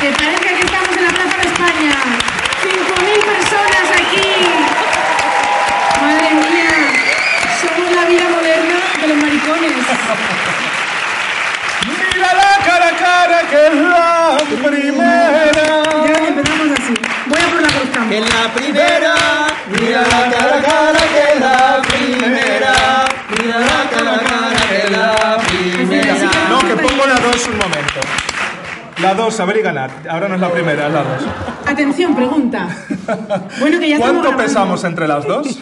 Que parece que estamos en la Plaza de España. 5.000 personas aquí. Madre mía, somos la vida moderna de los maricones. Mira la cara a cara que es la primera. Ya empezamos así. Voy a por la costa. En la primera, mira la cara cara que es la primera, mira la cara cara que es la primera. No, que pongo la dos un momento. La dos, saber y ganar. Ahora no es la primera, es la dos. Atención, pregunta. Bueno, que ya estamos ¿Cuánto grabando. pesamos entre las dos?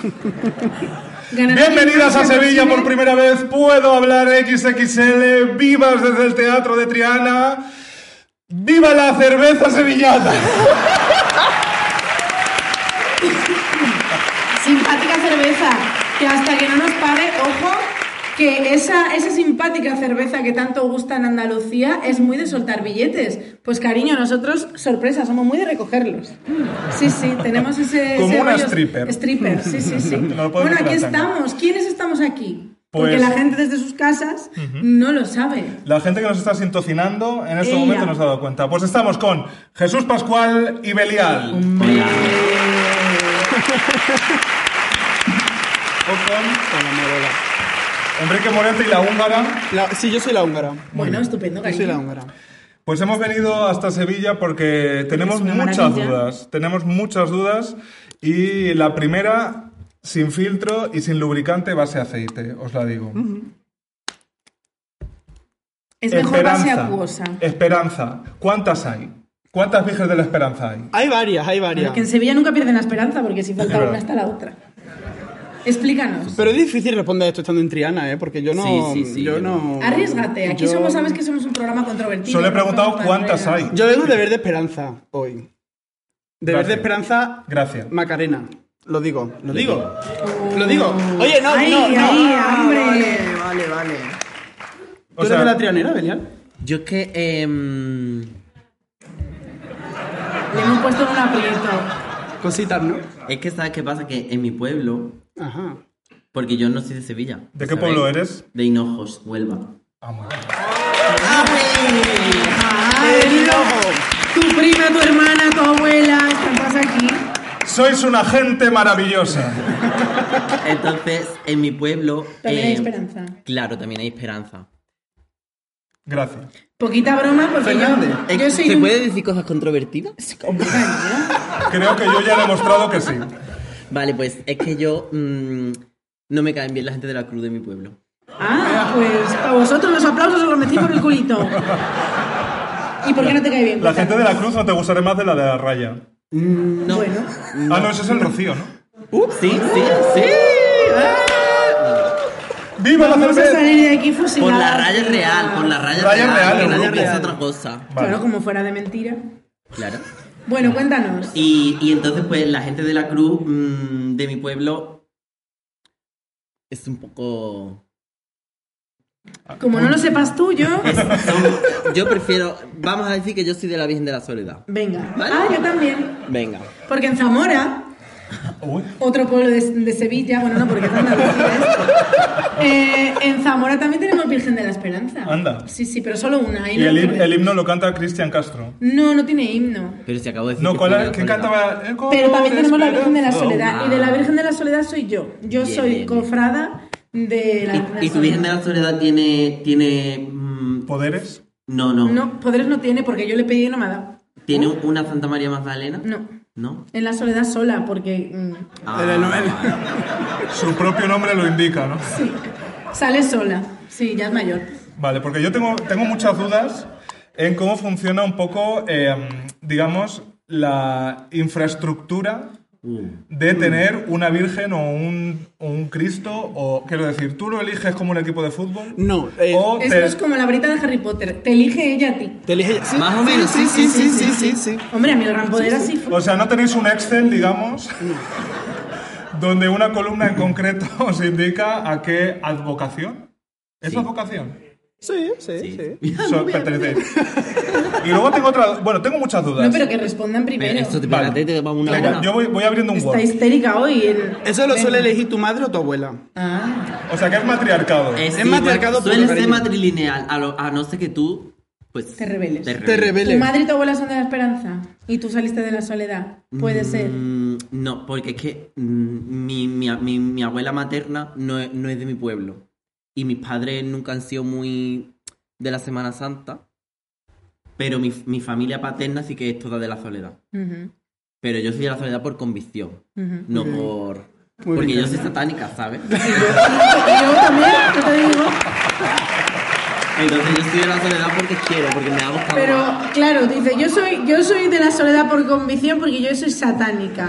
Ganará Bienvenidas a quien más Sevilla por aproxime. primera vez. Puedo hablar XXL. Vivas desde el Teatro de Triana. ¡Viva la cerveza sevillana! Simpática cerveza. Que hasta que no nos pare, ojo, que esa, esa simpática cerveza que tanto gusta en Andalucía es muy de soltar billetes. Pues cariño, nosotros, sorpresa, somos muy de recogerlos. Sí, sí, tenemos ese. Como ese una rollo stripper. Stripper, sí, sí, sí. No lo podemos bueno, aquí lanzar, ¿no? estamos. ¿Quiénes estamos aquí? Porque Pues- la gente desde sus casas no lo sabe. La gente que nos está sintocinando en este Ella. momento nos ha dado cuenta. Pues estamos con Jesús Pascual y Belial. O con Enrique Morente y la húngara. La- sí, yo soy la húngara. Bueno, estupendo, Yo soy la cariño. húngara. Pues hemos venido hasta Sevilla porque tenemos Es una muchas maravilla. dudas. Tenemos muchas dudas y la primera, sin filtro y sin lubricante base aceite, os la digo. Es mejor base acuosa. Esperanza. ¿Cuántas hay? ¿Cuántas virgen de la esperanza hay? Hay varias, hay Bueno, varias. que en Sevilla nunca pierden la esperanza, porque si falta Es verdad. una está la otra. Explícanos. Pero es difícil responder esto estando en Triana, ¿eh? Porque yo no... Sí, sí, sí, yo yo no... Arriesgate, aquí yo- somos, sabes que somos un programa controvertido. Solo he preguntado rompemos cuántas barreras. hay. Yo vengo de Verde Esperanza hoy. De Verde Gracias. Esperanza Gracias. Macarena. Lo digo, lo digo. Lo digo. Oye, no, Ay, no, no. ay, hombre. Vale, vale, vale. O ¿Tú sea- eres de la Trianera, Belial? Yo es que. em, Le hemos puesto en un aprieto. Cositas, ¿no? es que, ¿sabes qué pasa? Que en mi pueblo. Ajá. Porque yo no soy de Sevilla. ¿De qué pueblo eres? De Hinojos, Huelva. Ah, muy bien. ¡El ojo! Tu prima, tu hermana, tu abuela, están todas aquí. Sois una gente maravillosa. Entonces, en mi pueblo. También hay em, esperanza. Claro, también hay esperanza. Gracias. Poquita broma, porque Fernández, yo, yo Eh, soy. ¿Se un- puede decir cosas controvertidas? Sí, compañero. Creo que yo ya he demostrado que sí. Vale, pues es que yo. mm, no me caen bien la gente de la cruz de mi pueblo. Ah, pues para vosotros los aplausos os los metí por el culito. ¿Y por qué no te cae bien? La gente de la cruz no te gustará más de la de la raya. No. Bueno, Ah, no, ese es el rocío, ¿no? Uh. Sí, sí, sí. ¡Viva la vamos a cerveza! salir de aquí fusilados. Por la raya real, por la raya, Raya real, que el nadie grupo. piensa otra cosa. Claro, Vale. como fuera de mentira. Claro. Bueno, cuéntanos. Y, y entonces, pues, la gente de la cruz mm, de mi pueblo es un poco... Como no lo sepas tú, yo. son- yo prefiero... Vamos a decir que yo soy de la Virgen de la Soledad. Venga. Vale. Ah, yo también. Venga. Porque en Zamora, Uy. otro pueblo de, de Sevilla, bueno, no, porque es Andalucía esto. Eh, en Zamora también tenemos Virgen de la Esperanza. Anda. Sí, sí, pero solo una. ahí Y no, el, hay- him- el himno lo canta Cristian Castro. no, no tiene himno. Pero si acabo de decir... No, que ¿cuál soy de era? la ¿Quién Soledad. cantaba? Eh, El color Pero también tenemos la esperanza. Virgen de la Soledad. ah. Y de la Virgen de la Soledad soy yo. Yo Bien, soy bien, bien. cofrada de la Virgen de ¿Y, la y tu Virgen de Soledad. la Soledad tiene... tiene mm, ¿Poderes? No, no. No, poderes no tiene porque yo le pedí y no me ha dado. ¿Tiene una Santa María Magdalena? No. ¿No? En la soledad sola, porque mm, Ah, El- el- el- su propio nombre lo indica, ¿no? sale sola. Sí, ya es mayor. Vale, porque yo tengo, tengo muchas dudas en cómo funciona un poco, eh, digamos, la infraestructura de tener una virgen o un, o un Cristo, o quiero decir, tú lo eliges como un equipo de fútbol. No, eh, o Esto te- es como la brita de Harry Potter. Te elige ella a ti. te elige Más o menos, sí, sí, sí, sí, sí. Hombre, a mí el gran poder así fue. O sea, no tenéis un Excel, digamos, donde una columna en concreto os indica a qué advocación. ¿Es advocación? Sí, sí, sí. So- pertenecéis. Y luego tengo otra. Bueno, tengo muchas dudas. No, pero que respondan primero. Pero esto te Eh, Vale. espérate, te vamos una Venga, buena. yo voy, voy abriendo un Está Word. histérica hoy. el- Eso lo Venga. suele elegir tu madre o tu abuela. Ah, O sea, que es matriarcado. Es, Es igual- matriarcado Suele puro, ser cariño. matrilineal, a, lo- a no ser que tú, pues... Te rebeles. Te Te tu rebeles. madre y tu abuela son de la esperanza y tú saliste de la soledad. Puede ser. Mm, no, porque es que mm, mi, mi- mi- mi abuela materna no es, no es de mi pueblo. Y mis padres nunca han sido muy de la Semana Santa. Pero mi, mi familia paterna sí que es toda de la soledad. Ujú, Pero yo soy de la soledad por convicción, ujú. no por... Muy porque bien. yo soy satánica, ¿sabes? Y yo también, yo te digo. Entonces yo soy de la soledad porque quiero, porque me ha gustado. Pero claro, dice, yo soy, yo soy de la soledad por convicción porque yo soy satánica.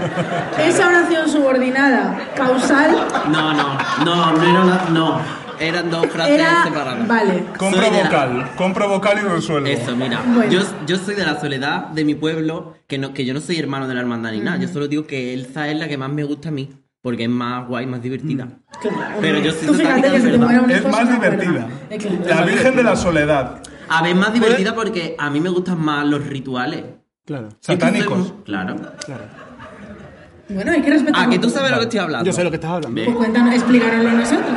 Esa oración subordinada, causal, No, no, no, no era una... No, eran dos frases era... separadas. Vale. Compro Soy de la- vocal. Compro vocal y resuelvo. Eso, mira. Bueno. Yo, yo soy de la soledad de mi pueblo, que, no, que yo no soy hermano de la hermandad ni nada. Mm. Yo solo digo que Elsa es la que más me gusta a mí, porque es más guay, más divertida. Mm. Pero yo soy Tú fíjate satánica que de se te muere verdad. un Es hijo, más se te acuerda. divertida. Eh, claro. La Virgen de la Soledad. A ver, más divertida Pues- porque a mí me gustan más los rituales. Claro. Yo que soy Satánicos. muy- Claro. Bueno, hay que respetar. Ah, que tú sabes lo que estoy hablando. Yo sé lo que estás hablando. Ve. Pues cuéntanos, explicaroslo nosotros.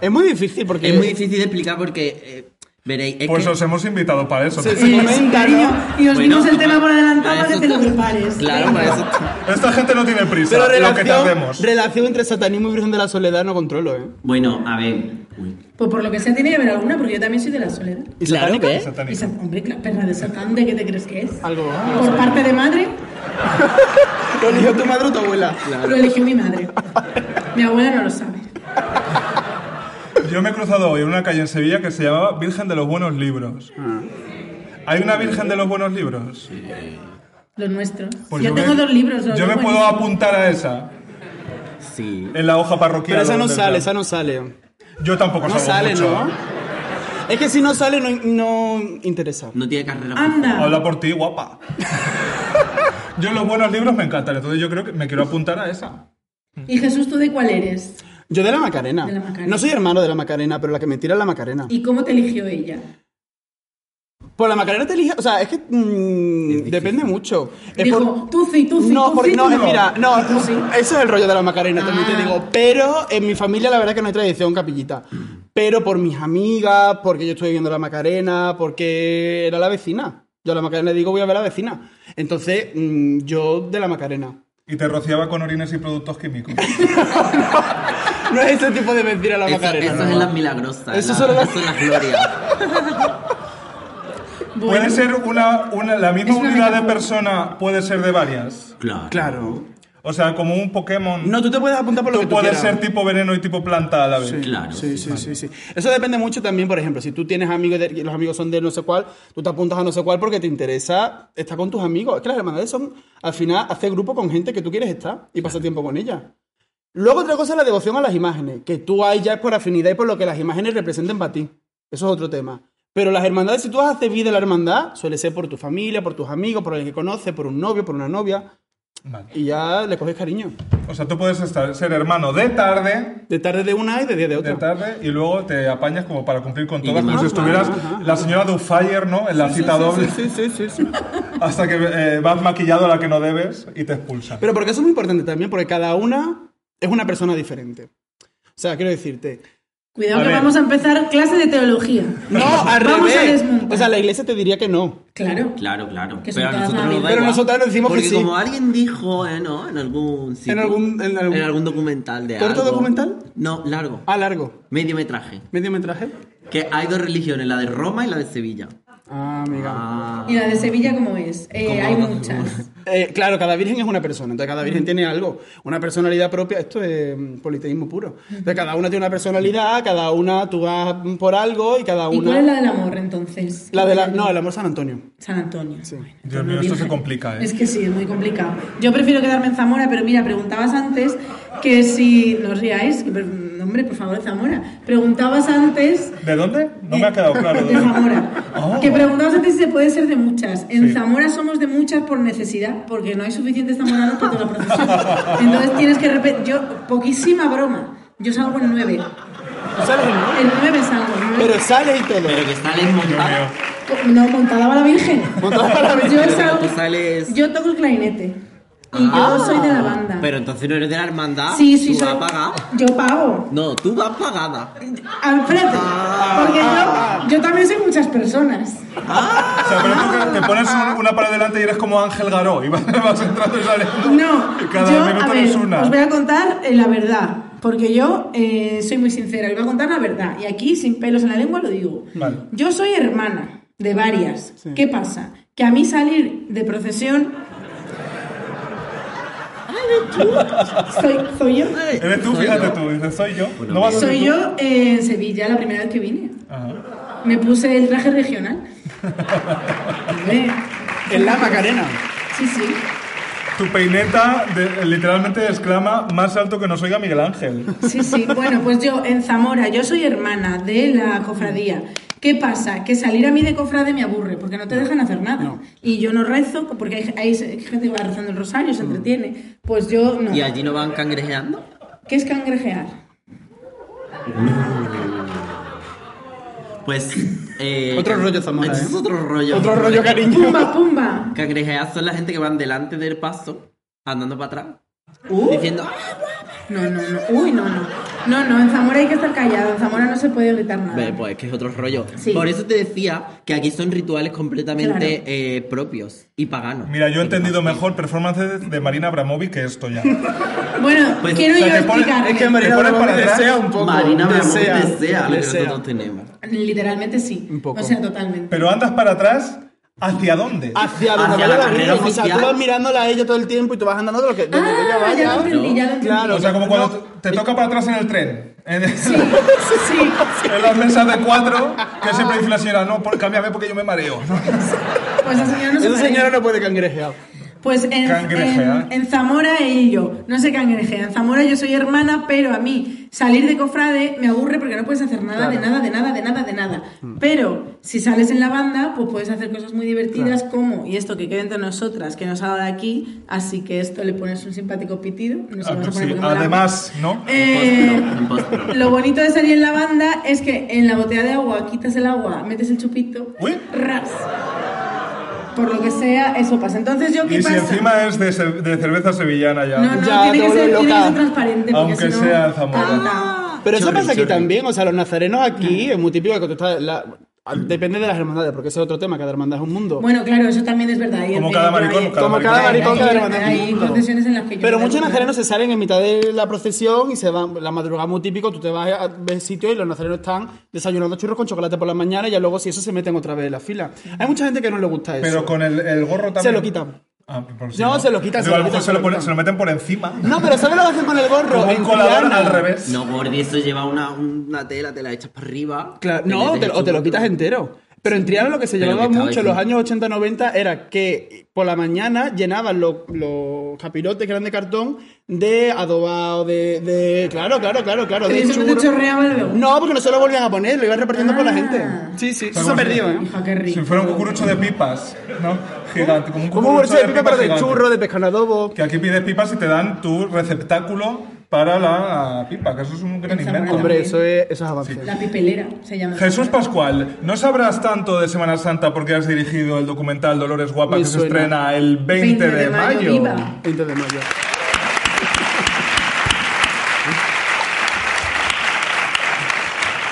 Es muy difícil porque. Es muy difícil de explicar porque, eh, veréis, es Pues que... os hemos invitado para eso. Sí, sí. Eh, coméntalo. cariño, y os Bueno, pues dimos el tema por adelantado para para que eso te lo está- prepares. Claro, por eso... Esta gente no tiene prisa. Pero lo que relación, tardemos. relación entre satanismo y Virgen de la Soledad no controlo, ¿eh? Bueno, a ver... Uy. Pues por lo que sea tiene que haber alguna, porque yo también soy de la soledad. ¿Y claro que Y Satánico. sa- hombre, claro, perra de Satán, ¿de qué te crees que es? Algo. Por parte de madre, ¿Lo eligió tu madre o tu abuela? lo eligió mi madre. Mi abuela no lo sabe. Yo me he cruzado hoy en una calle en Sevilla que se llamaba Virgen de los Buenos Libros. Ah. ¿Hay una Virgen de los Buenos Libros? Lo nuestro. Pues yo, yo me- tengo dos libros. los Yo me dos puedo buenísimos. apuntar a esa Sí. en la hoja parroquial. Pero esa no donde sale, está. esa no sale. Yo tampoco No salgo sale, mucho, ¿no? ¿eh? Es que si no sale, no, no interesa. No tiene carrera. Anda. Habla por ti, guapa. yo los buenos libros me encantan, entonces yo creo que me quiero apuntar a esa. Y Jesús, ¿tú de cuál eres? Yo de la Macarena. De la Macarena. No soy hermano de la Macarena, pero la que me tira es la Macarena. ¿Y cómo te eligió ella? Por la Macarena te elige. O sea, es que. mm, depende mucho. Es Dijo, por- tú sí, tú sí, No, tú porque sí, no, tú eh. es- no. mira, no, Tú sí. eso es el rollo de la Macarena, también Ah. te digo. Pero en mi familia la verdad es que no hay tradición capillita. Pero por mis amigas, porque yo estuve viendo la Macarena, porque era la vecina. Yo a la Macarena le digo voy a ver a la vecina. Entonces, mm, yo de la Macarena. Y te rociaba con orines y productos químicos. No es ese tipo de mentira la Eso, Macarena. eso ¿no? es en las milagrosas. Eso la- solo las- eso en las glorias. Puede ser una, una la misma Es una unidad de metáfora. persona, puede ser de varias. Claro. Claro. O sea, como un Pokémon. No, tú te puedes apuntar por lo que tú puede quieras. ser tipo veneno y tipo planta a la vez. Claro. Sí, sí, sí, sí. Eso depende mucho también, por ejemplo, si tú tienes amigos, de- los amigos son de no sé cuál, tú te apuntas a no sé cuál porque te interesa estar con tus amigos. Es que las hermandades son, al final, hacer grupo con gente que tú quieres estar y pasar tiempo con ella. Luego otra cosa es la devoción a las imágenes, que tú hay ya es por afinidad y por lo que las imágenes representen para ti. Eso es otro tema. Pero las hermandades, si tú haces vida en la hermandad, suele ser por tu familia, por tus amigos, por el que conoces, por un novio, por una novia, Vale. y ya le coges cariño. O sea, tú puedes estar, ser hermano de tarde, De tarde de una y de día de otra. de tarde, y luego te apañas como para cumplir con todas, de como si Batman, estuvieras ajá. la señora Dufire, ¿no? En la cita doble, Sí, sí, sí, sí. sí. hasta que eh, vas maquillado a la que no debes y te expulsan. Pero porque eso es muy importante también, porque cada una es una persona diferente. O sea, quiero decirte. Cuidado A que ver. vamos a empezar clase de teología. No, al Vamos a revés. desmontar. o sea, la iglesia te diría que no. Claro. Claro, claro. Que pero son todas a nosotros nos da Pero igual, nosotras nos decimos que porque sí. como alguien dijo, eh, ¿no? En algún sitio, En algún- en algún- documental de ¿Corto algo. documental? No, largo. Ah, largo. Mediometraje. Medio metraje. Que hay dos religiones, la de Roma y la de Sevilla. Ah, amiga. Ah. Y la de Sevilla, ¿cómo es? Eh, ¿Cómo? hay muchas. Eh, claro, cada virgen es una persona, entonces cada virgen tiene algo, una personalidad propia, esto es mm, politeísmo puro. Entonces cada una tiene una personalidad, cada una tú vas mm, por algo y cada ¿Y una... cuál es la del amor, entonces? La de la... No, el amor San Antonio. San Antonio. Bueno, Dios mío, entonces no esto virgen. se complica, ¿eh? Es que sí, es muy complicado. Yo prefiero quedarme en Zamora, pero mira, preguntabas antes que si. No os riáis, que, pero, no, hombre, por favor, Zamora. Preguntabas antes. ¿De dónde? No me ha quedado claro. De Zamora. Oh. Que preguntabas antes si se puede ser de muchas. En Sí. Zamora somos de muchas por necesidad, porque no hay suficientes zamoranos para toda la procesión. Entonces tienes que repetir. Yo, poquísima broma. Yo salgo el 9. ¿Sales el no? El 9 salgo. el 9. Pero sales y todo. Pero que sales montada. No, montada va la Virgen. Montada va la Yo, Pero salgo- tú sales- yo toco el clarinete. Y Ah. yo soy de la banda. Pero entonces no eres de la hermandad. sí, sí, Ah, tú soy. vas pagada. Yo pago. No, tú vas pagada. Alfredo. Porque yo, yo también soy muchas personas. O sea, pero tú que te pones un- una para delante y eres como Ángel Garó y vas, vas entrando y saliendo. No, Cada yo, minuto a ver, eres una. os voy a contar eh, la verdad. Porque yo eh, soy muy sincera, os voy a contar la verdad. Y aquí, sin pelos en la lengua, lo digo. Vale. Yo soy hermana de varias. ¿Qué pasa? Que a mí salir de procesión. Soy, soy yo. Eres tú, Soy fíjate yo. tú, dices, soy yo. no vas a ser Soy tú. yo eh, en Sevilla la primera vez que vine. Ajá. Me puse el traje regional. Hombre, En la Macarena. sí, sí. Tu peineta de- literalmente exclama más alto que nos oiga Miguel Ángel. Sí, sí. Bueno, pues yo en Zamora, yo soy hermana de la cofradía. ¿Qué pasa? Que salir a mí de cofrade me aburre, porque no te dejan hacer nada. Y yo no rezo, porque hay, hay gente que va rezando el rosario, se entretiene. Pues yo no. Y allí no van cangrejeando. ¿Qué es cangrejear? Pues. eh, Otro can- rollo, Zamora, Ese ¿eh? Es otro rollo. Otro rollo, cariño. ¡Pumba, pumba! Cangrejear son la gente que van delante del paso, andando para atrás, Uh, diciendo. "Ah, no, no, no. Uy, no, no. No, no, en Zamora hay que estar callado. En Zamora no se puede gritar nada. Ve, pues es que es otro rollo. Sí. Por eso te decía que aquí son rituales completamente Claro. eh, propios y paganos. Mira, yo he Lo que entendido pasa mejor performances de Marina Abramovic que esto ya. Bueno, Pues, quiero o sea, yo te pone- explicar. Es que Te Marina pones Abramovic para atrás. desea un poco. Marina Abramovic desea, desea lo que desea. nosotros tenemos. Literalmente sí. Un poco. O sea, totalmente. Pero andas para atrás, ¿hacia dónde? Hacia Hacia donde vaya la la carrera virgen. O sea, tú oficial. vas mirándola a ella todo el tiempo y tú vas andando de lo que, de donde ah, ella vaya. ya lo entendí, ya lo entendí. Claro. o sea, como cuando eh, te toca para atrás en el tren. En, en las mesas de cuatro, que siempre dice la señora, no, por, cámbiame porque yo me mareo. Pues la señora no se Esa parece. señora no puede cangrejear. Pues en, Cangrejea. en, en Zamora y yo, no sé cangrejea. En Zamora yo soy hermana, pero a mí salir de cofrade me aburre porque no puedes hacer nada, de nada, de nada, de nada, de nada. Pero si sales en la banda, pues puedes hacer cosas muy divertidas como, y esto que queda entre nosotras, que nos ha dado aquí, así que esto le pones un simpático pitido. No se lo vas a poner Ah, Sí, porque mola además, ¿no? Eh, Un postro, un lo bonito de salir en la banda es que en la botella de agua quitas el agua, metes el chupito, Uy. ras. Por lo que sea, eso pasa. Entonces yo qué Y si pasa. encima es de, ce- de cerveza sevillana ya. no, no, Ya, tiene, te que ser, tiene vuelves que loca. ser transparente. porque Aunque si no- sea Zamora. Ah, Pero eso Chorri, pasa aquí chorri. también, o sea, los nazarenos aquí es muy típico que tú estás. la- depende de las hermandades, porque ese es otro tema, cada hermandad es un mundo. Bueno, claro, eso también es verdad. y Como en- cada en- maricón, hay- cada Como cada maricón, cada hay- hermandad es un Hay mundo. concesiones en las que yo Pero no muchos tengo nazarenos se salen en mitad de la procesión y se van. La madrugada muy típico, tú te vas a ver sitio y los nazarenos están desayunando churros con chocolate por la mañana y ya luego, si eso, se meten otra vez en la fila. Hay mucha gente que no le gusta eso. Pero con el, el gorro también. Se lo quitan. Ah, por si No, se lo quitan, Digo, se lo a mejor quitan, se lo, se lo ponen- quitan. se lo meten por encima. No, pero ¿sabes lo que hacen con el gorro? Como un En colador Triana. al poco. revés. No, Gordi, eso lleva una, una tela, te la echas para arriba. Claro, te no, metes o te, el o te lo chupito. quitas entero. Pero en Triana lo que se Pero llevaba que estaba mucho en los diciendo. años 80-90 era que por la mañana llenaban los, los capirotes que eran de cartón de adobado, de, de... Claro, claro, claro, claro. Que De eso que te churro. chorreaba luego. No, porque no se lo volvían a poner, lo iban repartiendo por la Ah. gente. Sí, sí, eso se ha Vamos a perdido, ver. ¿eh? Hija, Ah, qué rico. Si fuera un cucurucho de pipas, ¿no? Gigante. Como un Como un cucurucho bolso de pipa, pero de gigante. churro, de pescado adobo. Que aquí pides pipas y te dan tu receptáculo para la pipa, que eso es un gran Pensaba invento. Hombre, también. eso es, eso es avance. La pipelera se llama. Jesús Pascual, no sabrás tanto de Semana Santa porque has dirigido el documental Dolores Guapa Me que se suena. estrena el 20, de, mayo. viva. 20 de mayo.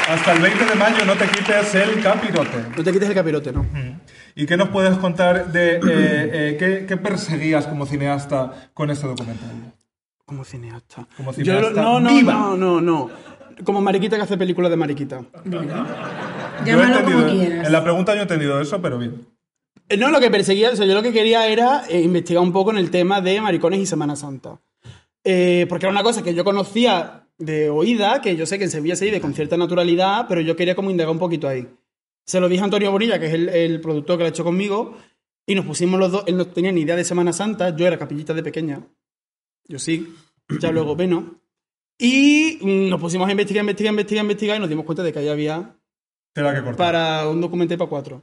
Hasta el 20 de mayo no te quites el capirote. No te quites el capirote, ¿no? Mm. ¿Y qué nos puedes contar de eh, eh, qué, qué perseguías como cineasta con este documental? Como cineasta. Como Yo lo- cineasta no, no, viva. no, no, no. Como Mariquita que hace películas de Mariquita. Yo he Llámalo como entendido- quieras. En la pregunta yo he entendido eso, pero bien. Eh, No, lo que perseguía, o sea, yo lo que quería era eh, investigar un poco en el tema de maricones y Semana Santa. Eh, porque era una cosa que yo conocía de oída, que yo sé que en Sevilla se vive con cierta naturalidad, pero yo quería como indagar un poquito ahí. Se lo dije a Antonio Bonilla, que es el, el productor que lo ha hecho conmigo, y nos pusimos los dos, él no tenía ni idea de Semana Santa, yo era capillita de pequeña, yo sí, ya luego menos. Y mm, nos pusimos a investigar, investigar, investigar, investigar, y nos dimos cuenta de que ahí había Será que cortar. para un documental para cuatro.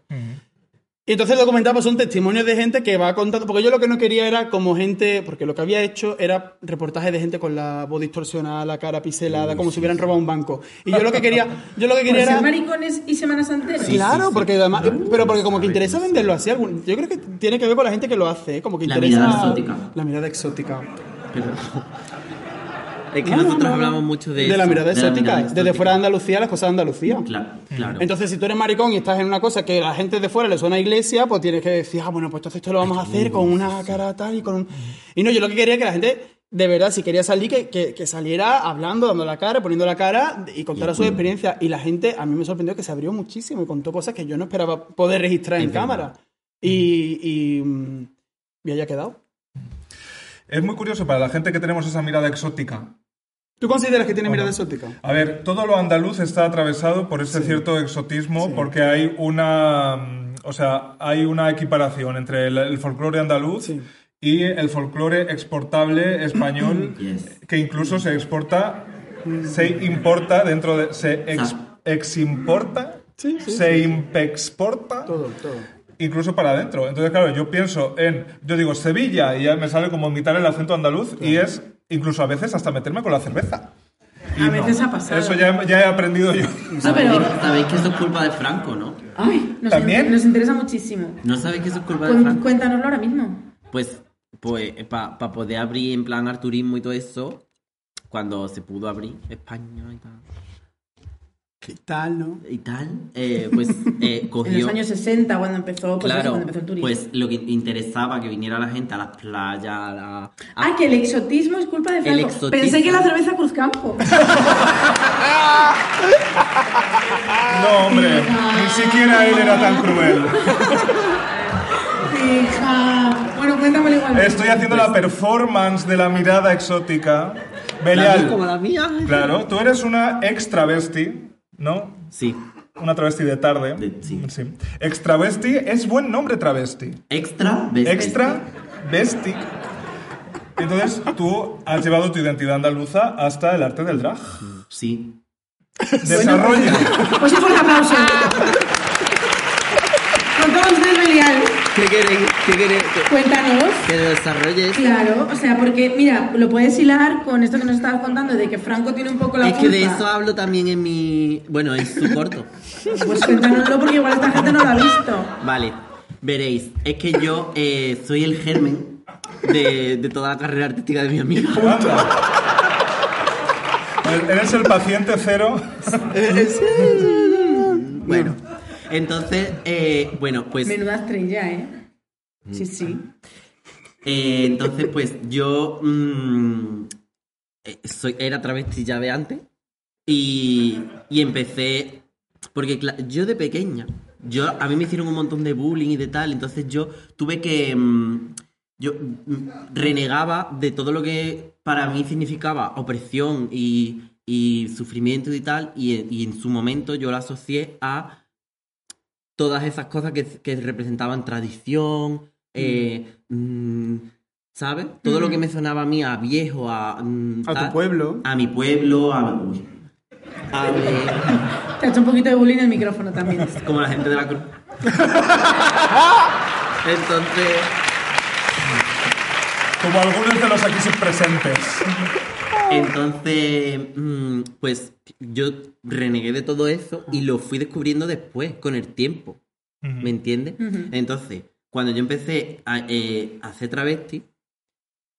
Y entonces el documental pues, son testimonios de gente que va contando, porque yo lo que no quería era como gente, porque lo que había hecho era reportajes de gente con la voz distorsionada, la cara pincelada, como si hubieran robado un banco. Y yo lo que quería, yo lo que ¿Por quería ser era... maricones y Semana Santera? Claro, porque además, pero porque como que interesa venderlo así. algún- Yo creo que tiene que ver con la gente que lo hace, ¿eh? como que La interesa mirada exótica. La mirada exótica. Pero- es que No, no, nosotros no. hablamos mucho de. de la eso, mirada de la exótica, mirada desde exótica. fuera de Andalucía, las cosas de Andalucía. Claro, claro. Entonces, si tú eres maricón y estás en una cosa que a la gente de fuera le suena a iglesia, pues tienes que decir, ah, bueno, pues entonces esto lo vamos a hacer con una cara tal y con un... Y no, yo lo que quería es que la gente, de verdad, si quería salir, que, que- que saliera hablando, dando la cara, poniendo la cara y contara su experiencia. Y la gente, a mí me sorprendió que se abrió muchísimo y contó cosas que yo no esperaba poder registrar en cámara. Y, y, mm, y haya quedado. Es muy curioso para la gente que tenemos esa mirada exótica. ¿Tú consideras que tiene mirada exótica? A ver, todo lo andaluz está atravesado por ese cierto exotismo porque hay una, mm, o sea, hay una equiparación entre el, el folclore andaluz Sí. y el folclore exportable español Yes. que incluso se exporta, Mm. se importa dentro de, se ex, Ah. eximporta, Sí, sí, se impexporta. Todo, todo. incluso para adentro. Entonces, claro, yo pienso en, yo digo Sevilla y ya me sale como imitar el acento andaluz y es incluso a veces hasta meterme con la cerveza. Y A veces ha pasado. Eso ya, ya he aprendido yo. Ah, ¿Sabéis, pero... sabéis que eso es culpa de Franco, ¿no? Ay, nos, ¿También? in- nos interesa muchísimo. ¿No sabéis que eso es culpa de Cuen- Franco? cuéntanoslo ahora mismo. Pues, pues para poder abrir en plan al turismo y todo eso, cuando se pudo abrir España y tal, ¿Qué tal, no? y tal eh, pues eh, cogió... En los años 60, cuando empezó, pues, eso, claro, cuando empezó el turismo. pues lo que interesaba que viniera la gente a las playas, a, la- a- Ah, que el exotismo es culpa de Franco. exotismo. Pensé que la cerveza Cruzcampo. No, hombre, Ah. ni siquiera él era tan cruel. Hija. ah, Bueno, cuéntamelo igual. Estoy haciendo la Pues- performance de la mirada exótica. La luz como Belial, la mía. claro, tú eres una ex travesti, ¿no? Sí, Una travesti de tarde. De- sí. Ex travesti es buen nombre travesti. extra, ves- extra besti. Entonces tú has llevado tu identidad andaluza hasta el arte del drag. Sí. Desarrolla. Pues un fuerte aplauso. Con todos ustedes, Belial. ¿Qué queréis? ¿Qué queréis? Que, Cuéntanos. que desarrolles. Claro, o sea, porque mira, lo puedes hilar con esto que nos estabas contando de que Franco tiene un poco la Es que de culpa. eso hablo también en mi... Bueno, en su corto. Pues cuéntanoslo porque igual esta gente no lo ha visto. Vale, veréis, es que yo eh, soy el germen de, de toda la carrera artística de mi amiga. Pues, Eres el paciente cero. Bueno, entonces, eh, bueno, pues, Menuda estrella, ¿eh? Mm. Sí, sí. eh, entonces, pues yo mm, eh, soy, era travesti ya de antes y, y empecé, porque cla- yo de pequeña, yo, a mí me hicieron un montón de bullying y de tal, entonces yo tuve que, mm, yo mm, renegaba de todo lo que para mí significaba opresión y, y sufrimiento y tal, y, y en su momento yo la asocié a todas esas cosas que, que representaban tradición, eh, mm, ¿sabes? Todo lo que me sonaba a mí a viejo, a... mm, Mm. A tu pueblo. A mi pueblo, a... uy, a mi- Te ha hecho un poquito de bullying el micrófono también. como la gente de la cruz. Entonces, Como algunos de los aquí presentes. entonces, mm, pues yo renegué de todo eso y lo fui descubriendo después, con el tiempo. ¿Me entiendes? Entonces, cuando yo empecé a, eh, a hacer travesti,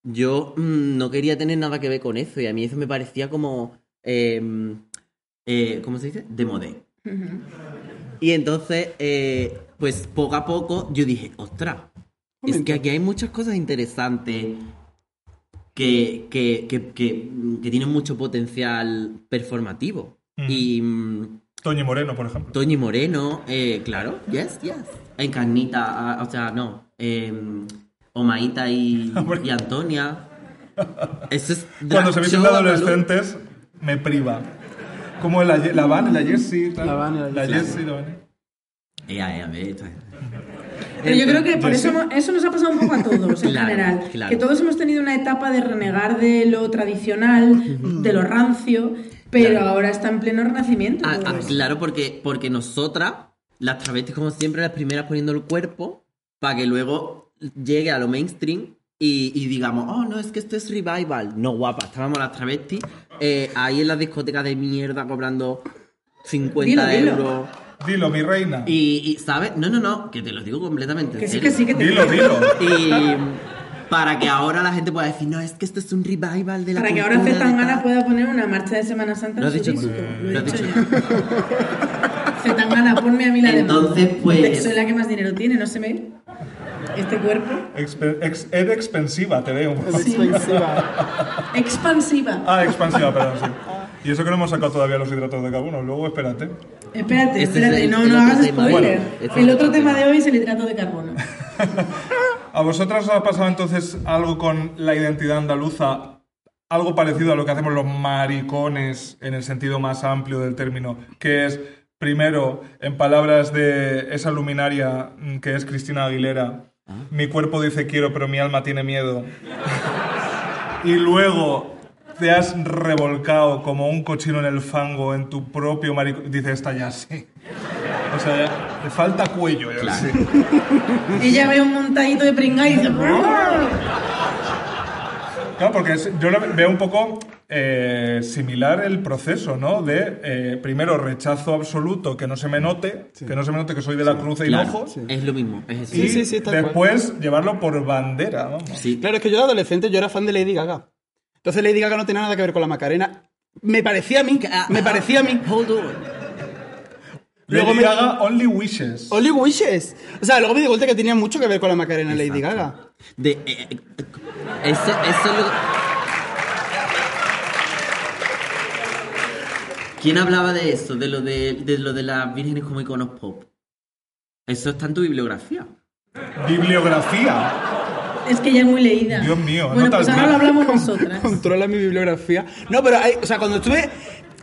yo mm, no quería tener nada que ver con eso y a mí eso me parecía como... eh, eh, ¿Cómo se dice? De modé. Y entonces, eh, pues poco a poco yo dije, ostras, es que aquí hay muchas cosas interesantes que, que, que, que, que tienen mucho potencial performativo. Y mm, Toñi Moreno, por ejemplo. Toñi Moreno, eh, claro, yes, yes. Encarnita, ah, o sea, no. eh, Omaita y, Hombre. y Antonia. Eso es Cuando drag se visten show de absoluto. adolescentes, me priva. Como la, Ye- la Van, la Jessie. tal. La Van y la La Jessie, la Van. Ea, ea, ve, esto es- Pero yo creo que por eso, hemos- eso nos ha pasado un poco a todos en Claro, general. claro. Que todos hemos tenido una etapa de renegar de lo tradicional, de lo rancio, pero Claro. ahora está en pleno renacimiento. Ah, todo ah, eso. claro, porque, porque nosotras, las travestis, como siempre, las primeras poniendo el cuerpo para que luego llegue a lo mainstream y, y digamos, oh, no, es que esto es revival. No, guapa, estábamos las travestis eh, ahí en las discotecas de mierda cobrando 50 Dilo, dilo. euros. Dilo, mi reina. Y, y, ¿sabes? No, no, no, que te lo digo completamente. en Que sí, serio. que sí, que te Dilo, creo. dilo. Y mm, para que ahora la gente pueda decir, no, es que esto es un revival de la Para que ahora cultura de Zetangana tal". pueda poner una marcha de Semana Santa Lo has en su dicho tú. disco. Lo he has dicho dicho yo. Zetangana, ponme a mí la de mambo. Entonces, pues- Soy la que más dinero tiene, no se ve. Este cuerpo. Expe- ex- ed expensiva, te veo. Pues Expensiva. Expansiva. Ah, expansiva, perdón, sí. Y eso que no hemos sacado todavía los hidratos de carbono. Luego, espérate. Espérate, Este es espérate, el- no, el no otro hagas tema. spoiler. Bueno, este es el el otro otro tema tema. de hoy es el hidrato de carbono. ¿A vosotras os ha pasado entonces algo con la identidad andaluza? Algo parecido a lo que hacemos los maricones en el sentido más amplio del término, que es, primero, en palabras de esa luminaria mm, que es Cristina Aguilera, mi cuerpo dice quiero, pero mi alma tiene miedo. y luego te has revolcado como un cochino en el fango en tu propio maricón. Dice, esta ya sí. O sea, ya- le falta cuello. ya Claro. sí. Ella ve un montadito de pringá y dice. "Brrr". Claro, porque es- yo lo veo un poco eh, similar el proceso, ¿no? De eh, primero rechazo absoluto, que no se me note, que no se me note que soy de la cruz y Claro, Hinojo, Es lo mismo, es eso. y Sí, sí, sí, tal cual. después llevarlo por bandera, vamos. Sí. Claro, es que yo de adolescente yo era fan de Lady Gaga. Entonces Lady Gaga no tenía nada que ver con la Macarena. Me parecía a mí, me parecía a mí. Hold on. Luego Luego me me- haga Only Wishes. Only Wishes. O sea, luego me di cuenta que tenía mucho que ver con la Macarena Lady Gaga. De, eh, eh, eh, eso, eso es lo que- ¿Quién hablaba de eso? De lo de, de lo de las vírgenes como iconos pop. Eso está en tu bibliografía. Bibliografía. Es que ella es muy leída. Dios mío, Bueno, no pues tal- ahora lo hablamos nosotras. Controla mi bibliografía. No, pero hay, o sea, cuando estuve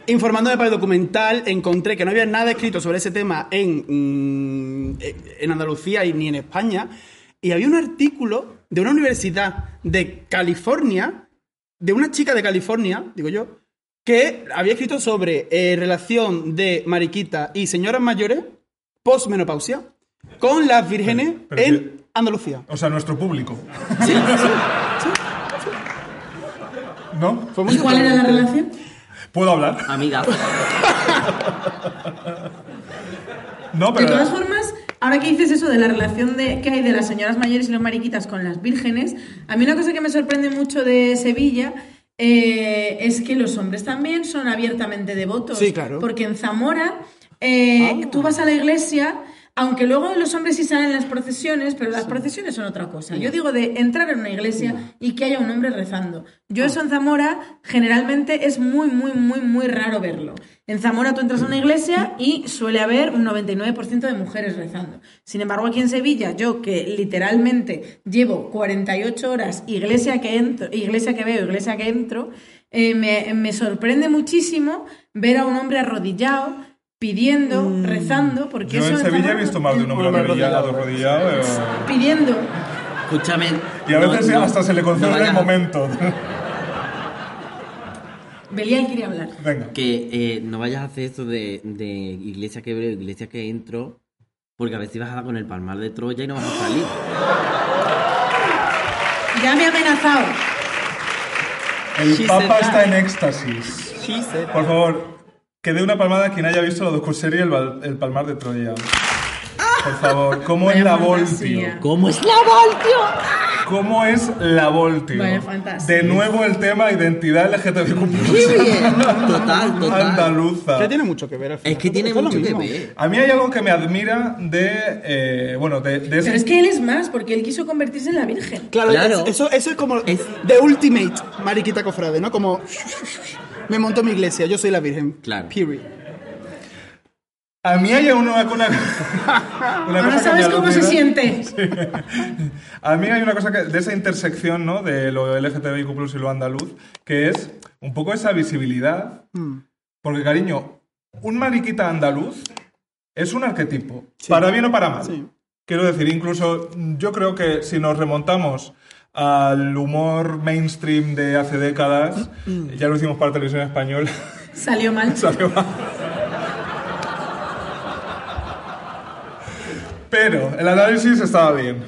informándome para el documental, encontré que no había nada escrito sobre ese tema en, mm, en Andalucía y ni en España. Y había un artículo de una universidad de California, de una chica de California, digo yo, que había escrito sobre eh, relación de mariquita y señoras mayores postmenopausia con las vírgenes pero en que- Andalucía. O sea, nuestro público. Sí, sí. ¿No? Fue muy ¿Y cuál era la relación? ¿Puedo hablar? Amiga, No, De pero. todas formas, ahora que dices eso de la relación de, que hay de las señoras mayores y los mariquitas con las vírgenes, a mí una cosa que me sorprende mucho de Sevilla eh, es que los hombres también son abiertamente devotos. Sí, claro. Ah. Porque en Zamora eh, tú vas a la iglesia, aunque luego los hombres sí salen en las procesiones, pero las procesiones son otra cosa. Yo digo de entrar en una iglesia y que haya un hombre rezando. Yo Ah. eso en Zamora generalmente es muy, muy, muy, muy raro verlo. En Zamora tú entras a una iglesia y suele haber un 99% de mujeres rezando. Sin embargo, aquí en Sevilla, yo que literalmente llevo 48 horas iglesia que entro, iglesia que veo, iglesia que entro, eh, me, me sorprende muchísimo ver a un hombre arrodillado, pidiendo, Mm. rezando, porque Yo eso en Sevilla he Zamora- visto más de un hombre arrodillado, arrodillado. eh, pidiendo. escúchame. Y a no- veces no- hasta se le no concede el vayas- momento. Belial quiere hablar. Venga. Que eh, no vayas a hacer eso de, de iglesia que veo, iglesia que entro, porque a ver si vas a dar con el palmar de Troya y no vas a salir. Ya me ha amenazado. El She Papa said está that. en éxtasis. Sí, sí. Por favor, que dé una palmada a quien haya visto la docuserie el, Val- el Palmar de Troya. Por favor, ¿cómo es la Vaya fantasía. Volpio? ¿Cómo es la ¿Cómo es la Voltio? Vaya fantasía. De nuevo el tema identidad LGTBQ+. Total, total. Andaluza. Ya tiene mucho que ver al final. Es que tiene Esto es lo mucho que mismo. ver. A mí hay algo que me admira de. eh, bueno, de, de ese. Pero es que él es más, porque él quiso convertirse en la Virgen. Claro, Claro. es- Eso, eso es como Es- The Ultimate Mariquita Cofrade, ¿no? Como me monto mi iglesia, yo soy la virgen. Claro. Period. A mí hay una, una, una cosa Ahora que sabes me cómo se alucina. siente. A mí hay una cosa que, de esa intersección, ¿no? De lo LGTBIQ y lo andaluz, que es un poco esa visibilidad. Porque, cariño, un mariquita andaluz es un arquetipo. Para bien o para mal. Quiero decir, incluso mm, yo creo que si nos remontamos al humor mainstream de hace décadas, ya lo hicimos para televisión española, Salió mal. salió mal. Pero el análisis estaba bien.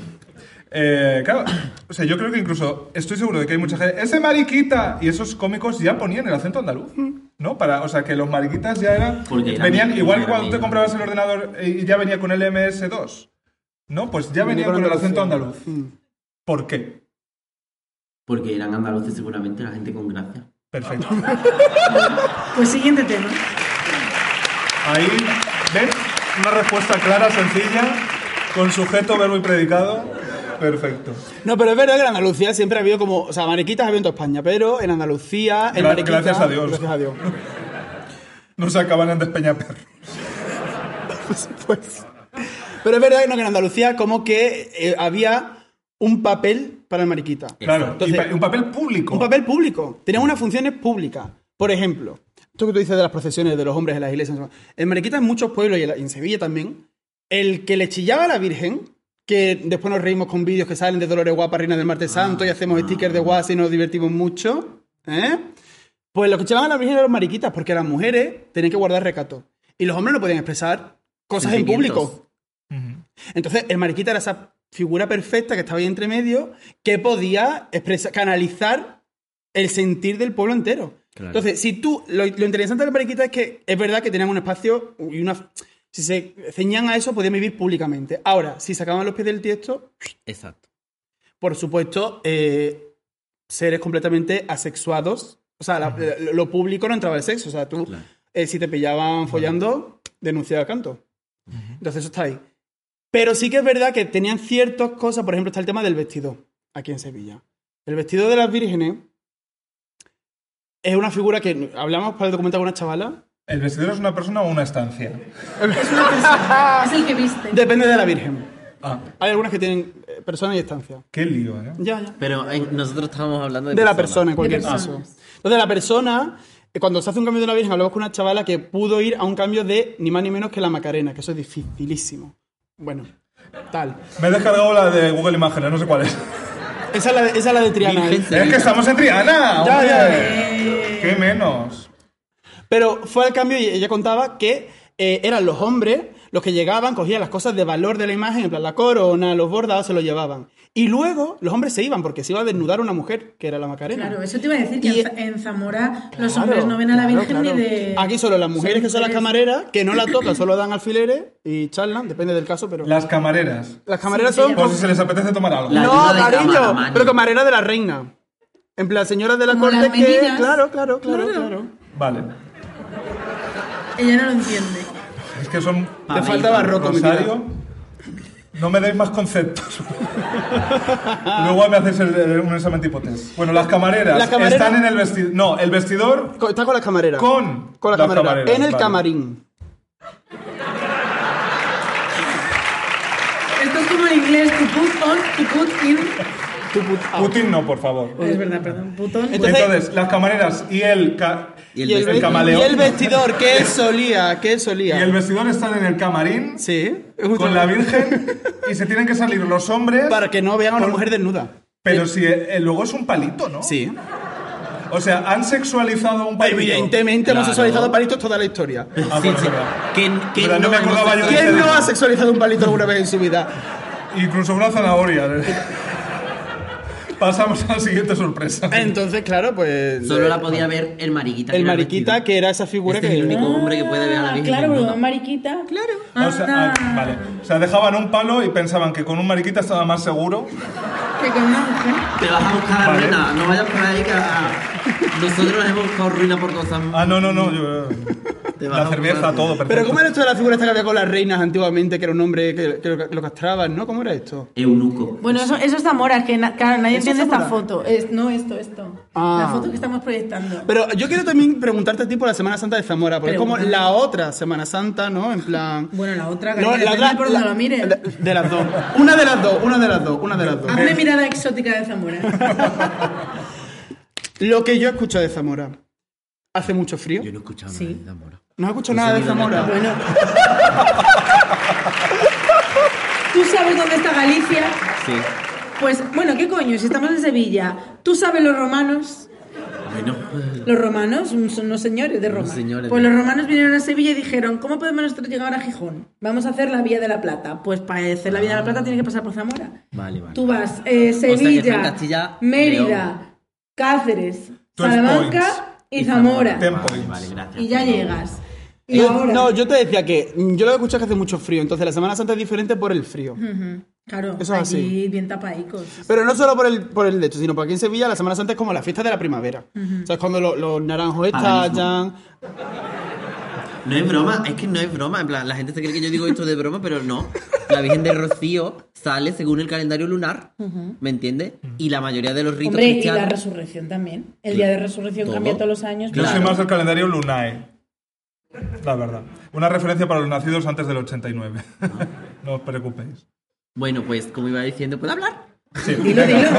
Eh, claro, o sea, yo creo que incluso estoy seguro de que hay mucha gente. ¡Ese mariquita! Y esos cómicos ya ponían el acento andaluz, ¿no? Para, o sea, que los mariquitas ya eran. Porque era venían, mi- igual que era cuando mi- te comprabas el ordenador eh, y ya venía con el MS2, ¿no? Pues ya venían con el acento andaluz. ¿Por qué? Porque eran andaluces seguramente la gente con gracia. Perfecto. Pues siguiente tema. Ahí, ¿ves? Una respuesta clara, sencilla, con sujeto, verbo y predicado. Perfecto. No, pero es verdad que en Andalucía siempre ha habido como. O sea, mariquitas ha habido en toda España, pero en Andalucía. En Gra- mariquita- gracias a Dios. Gracias a Dios. No se acaban en despeñaperro. Pues- Pero es verdad que no, que en Andalucía como que eh, había un papel para el mariquita. Claro, y Entonces- pa- un papel público. Un papel público. Tenía unas funciones públicas. Por ejemplo, esto que tú dices de las procesiones de los hombres en las iglesias. En Mariquita, en muchos pueblos y en la- y en Sevilla también, el que le chillaba a la Virgen, que después nos reímos con vídeos que salen de Dolores Guapa, Reina del Martes Santo, y hacemos stickers de guasa y nos divertimos mucho, ¿eh? Pues los que chillaban a la Virgen eran los mariquitas, porque las mujeres tenían que guardar recato. Y los hombres no podían expresar cosas en Sentimientos. público. Entonces, el mariquita era esa figura perfecta que estaba ahí entre medio, que podía expresa- canalizar el sentir del pueblo entero. Claro. Entonces, si tú, lo, lo interesante del mariquita es que es verdad que tenían un espacio y una... Si se ceñían a eso, podían vivir públicamente. Ahora, si sacaban los pies del tiesto, Exacto. por supuesto, eh, seres completamente asexuados. O sea, la- lo, lo público no entraba el sexo. O sea, tú, Claro. eh, si te pillaban follando, denunciaba al canto. Entonces, eso está ahí. Pero sí que es verdad que tenían ciertas cosas. Por ejemplo, está el tema del vestido aquí en Sevilla. El vestido de las vírgenes es una figura que hablamos para el documental con una chavala. ¿El vestidor es una persona o una estancia? Es el que viste. Depende de la virgen. Ah, Hay algunas que tienen eh, persona y estancia. qué lío, ¿eh? Ya, ya. Pero eh, nosotros estábamos hablando de, de la persona en cualquier De caso. personas. Entonces, la persona, eh, cuando se hace un cambio de una virgen, hablamos con una chavala que pudo ir a un cambio de ni más ni menos que la Macarena, que eso es dificilísimo. Bueno, tal. Me he descargado la de Google Imágenes, no sé cuál es. Esa es la de, esa es la de Triana. Virgen ¿eh? se- ¡Es que estamos en Triana! Ya, hombre! ya. ¡Qué menos! Pero fue al cambio y ella contaba que eh, eran los hombres los que llegaban, cogían las cosas de valor de la imagen, en plan la corona, los bordados, se los llevaban. Y luego los hombres se iban porque se iba a desnudar una mujer, que era la Macarena. Claro, eso te iba a decir que Y- en Za- en Zamora los Claro, hombres no ven a la claro, Virgen claro. ni de. Aquí solo las mujeres que son las mujeres. camareras, que no la tocan, solo dan alfileres y charlan, depende del caso, pero. Las camareras. Las camareras Sí, son. Por si se les apetece tomar algo. La- no, ayuda de cariño, cámara, pero camarera de la reina. En plan, señora de la Como corte las que. meninas. Claro, claro, claro, Claro. claro. Vale. Ella no lo entiende. Es que son... Te falta barroco, mi vida. Rosario... No me deis más conceptos. Luego me haces el- el- un examen tipo test. Bueno, las camareras Las camareras- están en el vestidor... No, el vestidor Co- Está con las camareras. Con Con las las camareras. camareras, En el vale. camarín. Esto es como en inglés: to put on, to put in. Tú put- ah. Pues Putin no, por favor. Es verdad, perdón. Put on. Entonces- Entonces, las camareras y el, ca- Y Y el, vestido. ve- camaleón. y el vestidor, que él solía, que él y solía. el vestidor están en el camarín Sí. con la Virgen y se tienen que salir los hombres. Para que no vean a una Por- mujer desnuda. Pero si eh, luego es un palito, ¿no? Sí. O sea, han sexualizado un palito. Evidentemente hemos Claro. sexualizado palitos toda la historia. Ah, Sí, pues, sí. verdad. Que- que Verdad, no me hemos acordaba yo de ¿Quién ese no detalle. ha sexualizado un palito alguna vez en su vida? Incluso una zanahoria. Pasamos a la siguiente sorpresa. Entonces, claro, pues. Solo la podía ver el mariquita. que El era mariquita, vestido. que era esa figura Este que. es el único hombre que puede ver Ah, a la Virgen. Claro, desnuda. pero mariquita. Claro. O sea, ah, vale. O sea, dejaban un palo y pensaban que con un mariquita estaba más seguro. que con una mujer. Te vas a buscar a Vale. ruina, no vayas por ahí que ah, nosotros nos hemos buscado ruina por cosas. Ah, no, no, no. yo- Te vas la a buscar cerveza, ruina. todo, perfecto. Pero ¿cómo era esto de la figura esta que había con las reinas antiguamente, que era un hombre que, que lo, lo castraban, ¿no? ¿Cómo era esto? Eunuco. Bueno, eso, eso está mora, que na- claro, nadie ¿Eso entiende está esta mora? foto. Es, no, esto, esto. Ah. La foto que estamos proyectando. Pero yo quiero también preguntarte a ti por la Semana Santa de Zamora, porque es como Pregúntame. la otra Semana Santa, ¿no? En plan... bueno, la otra, No, Karina, depende por donde la- lo mires. la- eh. de las dos. Una de las dos, una de las dos, una de las dos. Hazme mirada exótica de Zamora. Lo que yo escucho de Zamora. Hace mucho frío. Yo no he escuchado nada de Zamora. Pues No has escuchado nada de Zamora. bueno. ¿Tú sabes dónde está Galicia? Sí. Pues, bueno, ¿qué coño? Si estamos en Sevilla, ¿tú sabes los romanos? Bueno, Los romanos un- son unos señores de Roma. Unos señores pues de- los romanos vinieron a Sevilla y dijeron, ¿cómo podemos nosotros llegar a Gijón? Vamos a hacer la Vía de la Plata. Pues para hacer la Vía de la Plata tiene que pasar por Zamora. vale, vale. Tú vas eh, que está en Sevilla, Castilla, León. Mérida, Cáceres, Twelve points. Salamanca y Zamora. Ten Vale, points. vale, gracias. Y ya llegas. Y Yo- ahora... no, yo te decía que mm, yo lo he escuchado que hace mucho frío, entonces la Semana Santa es diferente por el frío. Ujú, Claro, Eso es así. allí bien tapaicos. Pero no solo por el, por el hecho, sino porque aquí en Sevilla la Semana Santa es como la fiesta de la primavera. O sea, es cuando lo- los naranjos estallan. No es broma, es que no es broma. En plan, la gente se cree que yo digo esto de broma, pero no. La Virgen de Rocío sale según el calendario lunar, ¿me entiendes? Y la mayoría de los ritos Hombre, y la cristianos. resurrección también. El día de resurrección Todo. cambia todos los años. Yo soy Claro. más del calendario lunae. La verdad. Una referencia para los nacidos antes del 89. no os preocupéis. Bueno, pues como iba diciendo, puedo hablar. Sí. Dilo, dilo.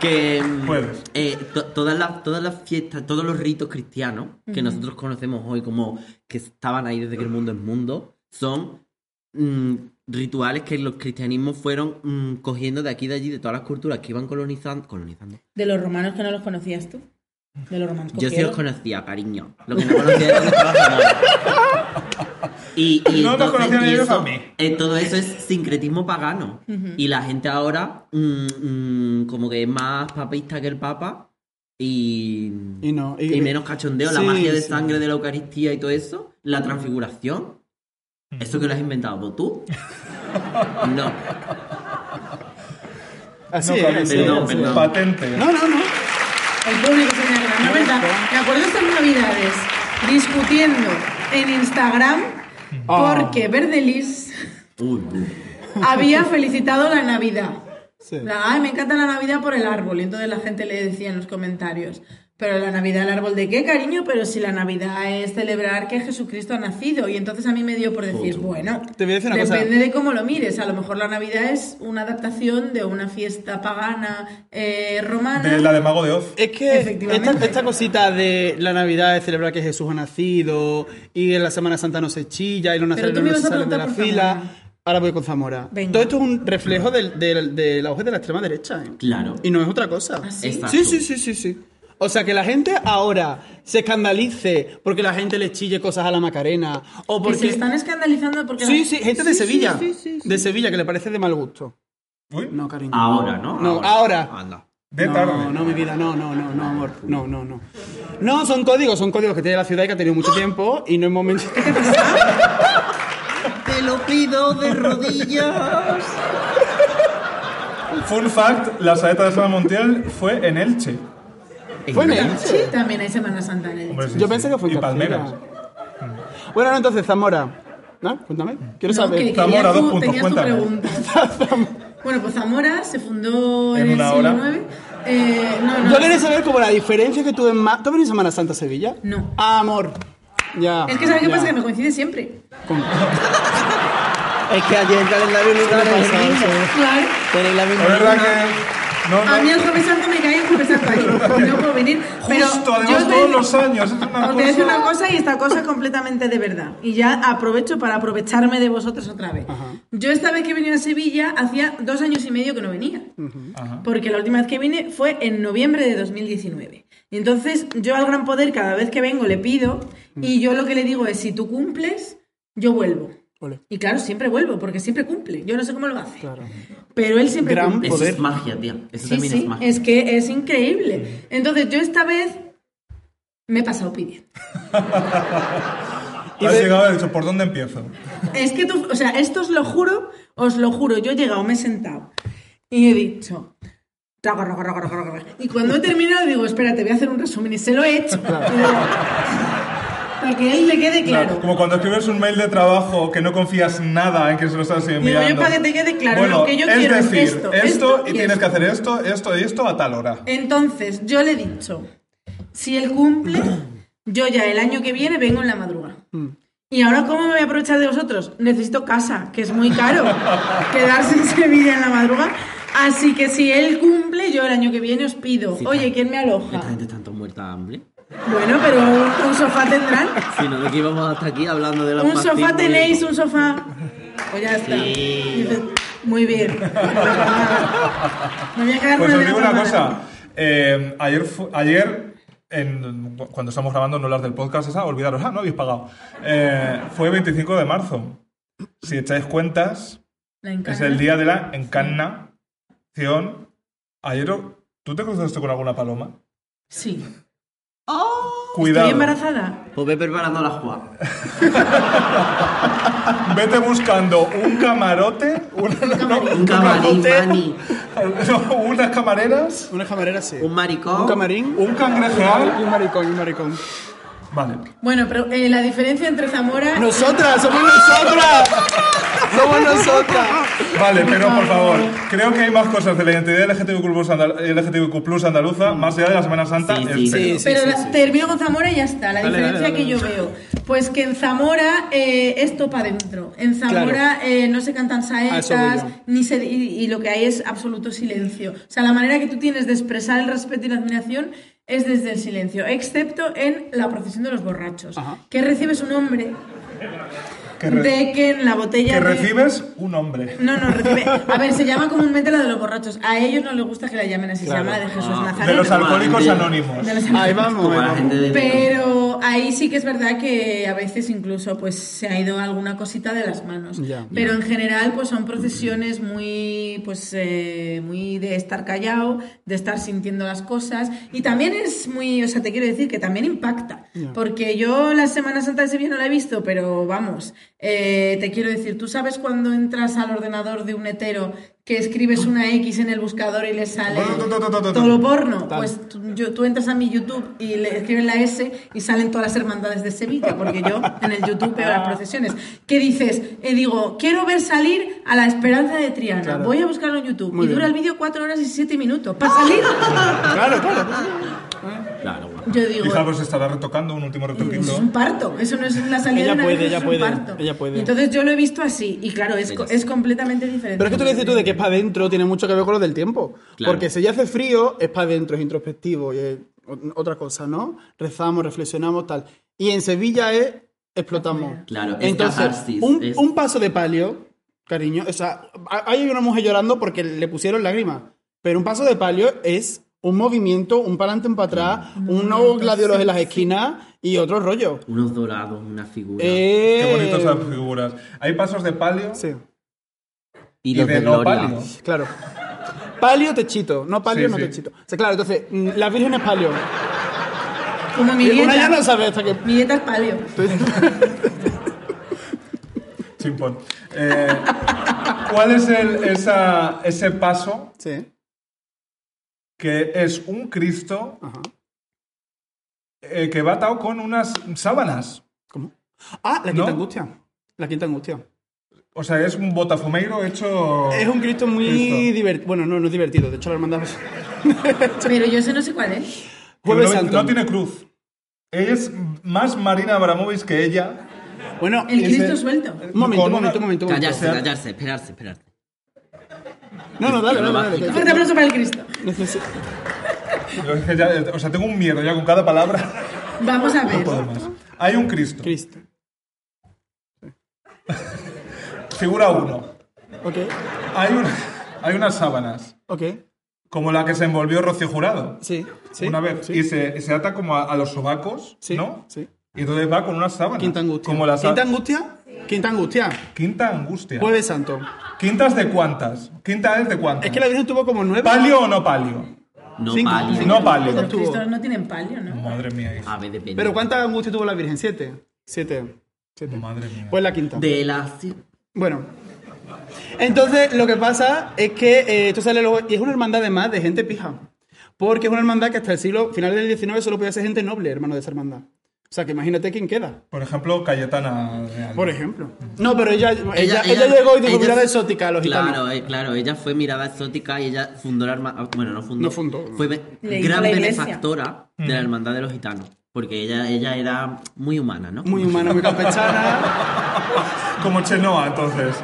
que mm, Puedes. eh, to- todas las todas las fiestas todos los ritos cristianos que nosotros conocemos hoy como que estaban ahí desde que el mundo es mundo son mm, rituales que los cristianismos fueron mm, cogiendo de aquí de allí de todas las culturas que iban colonizando colonizando De los romanos que no los conocías tú. De los romanos. yo sí cogieron. los conocía cariño lo que no conocía era dónde estaba Zamora. y, y No nos entonces- conocían y ellos eso- a mí. eh, todo eso es sincretismo pagano y la gente ahora mm, mm, como que es más papista que el papa y Y no. y, menos cachondeo, la Sí, magia de sí. sangre de la Eucaristía y todo eso, la transfiguración. ¿Eso que lo has inventado vos tú? No. Así No, es, Carlos, así no, perdón, es, así perdón. es. Patente. Ah, No, no, no. El público se me No, verdad. Me acuerdo estas navidades discutiendo en Instagram Ah. porque Verdelis Uy, uy. había felicitado la Navidad. Sí. Ay, me encanta la Navidad por el árbol. Y entonces la gente le decía en los comentarios. Pero la Navidad, el árbol de qué, cariño? Pero si la Navidad es celebrar que Jesucristo ha nacido. Y entonces a mí me dio por decir, bueno, Te voy a decir una cosa. depende de cómo lo mires. A lo mejor la Navidad es una adaptación de una fiesta pagana eh, romana. De la de Mago de Oz. Es que Efectivamente. esta, esta cosita de la Navidad de celebrar que Jesús ha nacido y en la Semana Santa no se chilla y los tú nazarenos me no se ibas a salen de la preguntar por fila. Zamora. Ahora voy con Zamora. Venga. Todo esto es un reflejo del- del- de la hoja de la extrema derecha. ¿eh? Claro. Y no es otra cosa. Ah, sí? Exacto. sí, sí, sí, sí, sí. O sea, que la gente ahora se escandalice porque la gente le chille cosas a la Macarena o Que porque... se están escandalizando porque... Sí, sí, gente de Sí, sí, Sevilla. sí, sí, sí. De Sevilla, que le parece de mal gusto. Uy, No, cariño. Ahora, ¿no? No, ahora. Anda. de no, Ah, tarde. No, mi vida, no, no, no, no, amor. No, no, no. No, son códigos, son códigos que tiene la ciudad y que ha tenido mucho tiempo y no es momento. Te lo pido de rodillas. Fun fact, la saeta de San Montiel fue en Elche. Bueno, Sí, también hay Semana Santa en el Hombre, sí, yo sí. pensé que fue en Y Castilla. Palmeras. Bueno, no, entonces, Zamora. ¿No? Cuéntame. No, que Quiero saber. querías Zamora, tu- dos puntos, tenías tu cuéntame. pregunta. bueno, pues Zamora se fundó en, En el una siglo hora. IX. Eh, no, no. Yo quería saber como la diferencia que tuve en. Ma... ¿Tú has venido en Semana Santa a Sevilla? No. Ah, amor. Ya. Es que ¿sabes qué ya. pasa? Que me coincide siempre. Con- es que ayer el calendario lunar Claro, pasado, sí. sí. Claro. Tenéis la La misma verdad luna. que. No, A mí el no. jueves santo me cae el jueves santo ahí. No puedo venir. Pero Justo, yo además, os todos voy a- los años. Es una Os voy a decir cosa- una cosa y esta cosa es completamente de verdad. Y ya aprovecho para aprovecharme de vosotros otra vez. Yo esta vez que vine a Sevilla hacía dos años y medio que no venía. Ajá. Porque la última vez que vine fue en noviembre de 2019. Y entonces yo al Gran Poder cada vez que vengo le pido y yo lo que le digo es, si tú cumples, yo vuelvo. Ole. Y claro, siempre vuelvo, porque siempre cumple. Yo no sé cómo lo hace. Claro. Pero él siempre Gran cumple. Eso Poder. es magia, tía. Eso Sí, también sí, es magia. es que es increíble. Entonces yo esta vez me he pasado pidiendo. Y Has de- llegado y has dicho, ¿por dónde empiezo? Es que tú, o sea, esto os lo juro, os lo juro, yo he llegado, me he sentado, y he dicho. "Raga, raga, raga, raga, raga". Y cuando he terminado digo, espérate, voy a hacer un resumen y se lo he hecho. Y digo, Para que él le quede claro. Como cuando escribes un mail de trabajo que no confías nada en que se lo estás enviando. yo para que te quede claro, Bueno, lo que yo es quiero es decir, esto, esto y y tienes esto. que hacer esto, esto y esto a tal hora. Entonces, yo le he dicho, si él cumple, yo ya el año que viene vengo en la madrugada. Y ahora, ¿cómo me voy a aprovechar de vosotros? Necesito casa, que es muy caro quedarse en Sevilla en la madrugada. Así que si él cumple, yo el año que viene os pido, Sí, oye, claro. ¿quién me aloja? Esta gente está tan muerta de hambre. Bueno, pero un, un sofá tendrán. Si no, de que íbamos hasta aquí hablando de la Un sofá tenéis, un sofá. Pues ya está. Sí. Muy bien. Me voy a quedar con Pues os el de la digo una cámara. cosa. eh, ayer, fu- ayer en- cuando estamos grabando, no las del podcast esa, olvidaros, ah, no habéis pagado. Eh, fue 25 de marzo. Si echáis cuentas, La es encarna. el día de la encarnación. Ayer, ¿tú te cruzaste con alguna paloma? Sí. Cuidado. ¿Estoy embarazada? Pues ve preparando la jugada. Vete buscando un camarote, una, no, Un camarín, camarote, mani. no, unas camareras, Una camarera sí. Un maricón. Un camarín. un Y cangrejeal. un maricón, y un maricón. Vale. Bueno, pero eh, la diferencia entre Zamora. ¡Nosotras! ¡Somos nosotras! ¡Somos nosotras! Vale, pero por favor, creo que hay más cosas de la identidad LGTBQ plus, andal- LGTBQ plus andaluza, más allá de la Semana Santa. Mm. Sí, el sí, pelo. sí, pero la- termino con Zamora y ya está. La Dale, diferencia dale, dale, que yo veo. Pues que en Zamora eh, esto para adentro. En Zamora eh, no se cantan eso voy saetas, yo. ni se, y, y lo que hay es absoluto silencio. O sea, la manera que tú tienes de expresar el respeto y la admiración es desde el silencio, excepto en la procesión de los borrachos. Ajá. Que recibes un hombre Que, re- de que en la botella. que de- recibes un hombre. No, no, recibe. A ver, se llama comúnmente la de los borrachos. A ellos no les gusta que la llamen así, se llama la de Jesús Ah. Nazareno. De los alcohólicos Vale. anónimos. De los Ahí vamos, Como ahí la gente vamos. de. Pero ahí sí que es verdad que a veces incluso pues se ha ido alguna cosita de las manos. Ya. Pero en general pues son procesiones muy pues eh, muy de estar callado, de estar sintiendo las cosas y también es muy, o sea, te quiero decir que también impacta, porque yo la Semana Santa de Sevilla no la he visto, pero vamos, eh, te quiero decir, tú sabes cuando entras al ordenador de un hetero que escribes una X en el buscador y le sale todo lo porno, pues tú, yo- tú entras a mi YouTube y le escribes la S y salen todas las hermandades de Sevilla, porque yo en el YouTube veo las procesiones. ¿Qué dices? Eh, digo, quiero ver salir a la Esperanza de Triana, voy a buscarlo en YouTube. y dura el vídeo 4 horas y 7 minutos. ¿Para salir? Claro, claro. Claro, guau. Yo digo, Quizá pues estará retocando un Mm. último eso es retoquito. un parto, eso no es la salida Ella de una puede, vez, ella es puede, un parto. ella puede. Y Entonces yo lo he visto así, y claro, es, Ella co- sí. es completamente diferente. Pero es que tú que dices tú de que es para adentro tiene mucho que ver con lo del tiempo. Claro. Porque si ya hace frío, es para adentro, es introspectivo y es o- otra cosa, ¿no? Rezamos, reflexionamos, tal. Y en Sevilla es explotamos. Claro, es Entonces, catarsis, un, es- un paso de palio, cariño, o sea, a- hay una mujer llorando porque le pusieron lágrimas. Pero un paso de palio es un movimiento, un palante, un para atrás, unos gladiolos en las esquinas y otro rollo. Unos dorados, una figura. Eh, Qué bonitas las figuras. Hay pasos de palio Sí, y y los de, de no Gloria. palio. claro. Palio techito, no palio Sí, no sí. techito. O sea, claro, entonces, mm, la Virgen es palio. Como mi Y Una ya no dieta, sabe hasta que... mi dieta es paleo. Chimpón. Eh, ¿Cuál es el, esa- ese paso Sí. que es un Cristo Ajá. eh, que va atado con unas sábanas? ¿Cómo? Ah, la quinta ¿No? Oh, angustia. La quinta angustia. O sea, es un botafumeiro hecho... Es un Cristo muy Cristo. divertido. Bueno, no, no es divertido. De hecho, la hermandad... Pero yo sé no sé cuál es. Jueves no, Santo. no tiene cruz. Ella es más Marina Abramovic que ella. Bueno, El ese- Cristo suelto. Un momento, Con un una- momento, un momento, un momento. Callarse, callarse, esperarse, esperarse. No, no, dale, dale, Pero va, dale. chica. Un fuerte aplauso para el Cristo. Necesi- Yo es que ya- o sea, tengo un miedo ya con cada palabra. Vamos a No ver. puedo más. Hay un Cristo. Cristo. Figura 1. Ok, Hay, un- hay unas sábanas, ok. como la que se envolvió Rocío Jurado Sí, sí. una vez. Sí, Y, se, y se ata como a, a los sobacos, sí, ¿no? sí. Y entonces va con una sábana. Quinta angustia. Como la sa- ¿Quinta angustia? Quinta angustia. Quinta angustia. Jueves Santo. ¿Quintas de cuántas? ¿Quinta es de cuántas? Es que la Virgen tuvo como nueve. ¿Palio o no palio? No Cinco. palio. No Los palio. Tú. cristos no tienen palio, ¿no? Madre mía, hija. Ave de pena. Pero ¿cuánta angustia tuvo la Virgen? Siete. Siete. Siete. Madre mía. Pues la quinta. De la... Bueno. Entonces, lo que pasa es que eh, esto sale luego. Y es una hermandad además de gente pija. Porque es una hermandad que hasta el siglo final del XIX solo podía ser gente noble, hermano de esa hermandad. O sea, que imagínate quién queda. Por ejemplo, Cayetana Real. Por ejemplo. No, pero ella, ella, ella llegó y dijo ella- mirada exótica a los claro, gitanos. eh, claro, ella fue mirada exótica y ella fundó la hermandad. Bueno, no fundó. No fundó. Fue be- Le hizo gran la iglesia. benefactora de la hermandad de los gitanos. Porque ella, ella era muy humana, ¿no? Muy humana, muy campechana. Como Chenoa, entonces.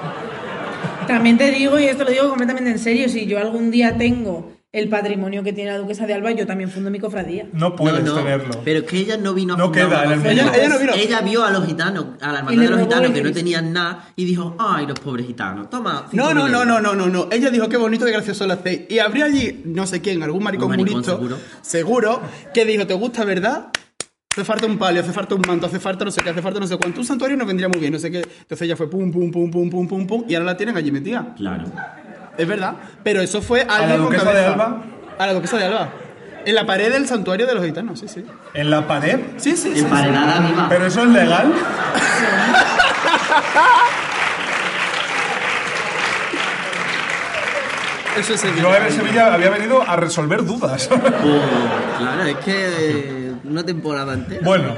También te digo, y esto lo digo completamente en serio, si yo algún día tengo el patrimonio que tiene la duquesa de Alba, yo también fundo mi cofradía. No puedes No, no, tenerlo. Pero es que ella no vino a No fundar queda una en el cofradía. mundo. Ella- ella no vino. Ella vio a los gitanos, a la Y hermandad le de los robó gitanos el que no Cristo. tenían nada y dijo, ay, los pobres gitanos, toma. cinco No, no, mil no, euros". no, no, no, no. Ella dijo qué bonito, qué gracioso lo hacéis. Y habría allí, no sé quién, algún maricón, Un maricón, murito, seguro. seguro, que dijo, ¿te gusta, verdad? Hace falta un palio, hace falta un manto, hace falta no sé qué, hace falta no sé cuánto. Un santuario nos vendría muy bien, no sé qué. Entonces ella fue pum, pum, pum, pum, pum, pum, pum. Y ahora la tienen allí metida. Claro. Es verdad. Pero eso fue alguien con duquesa cabeza. de Alba? A la duquesa de Alba. En la pared del santuario de los gitanos, sí, sí. En la pared. Sí, sí, sí, sí. Emparedada viva. Pero eso es legal. Eso es Yo a ver, Sevilla había venido a resolver dudas. Oh, claro, es que eh, una temporada entera. bueno,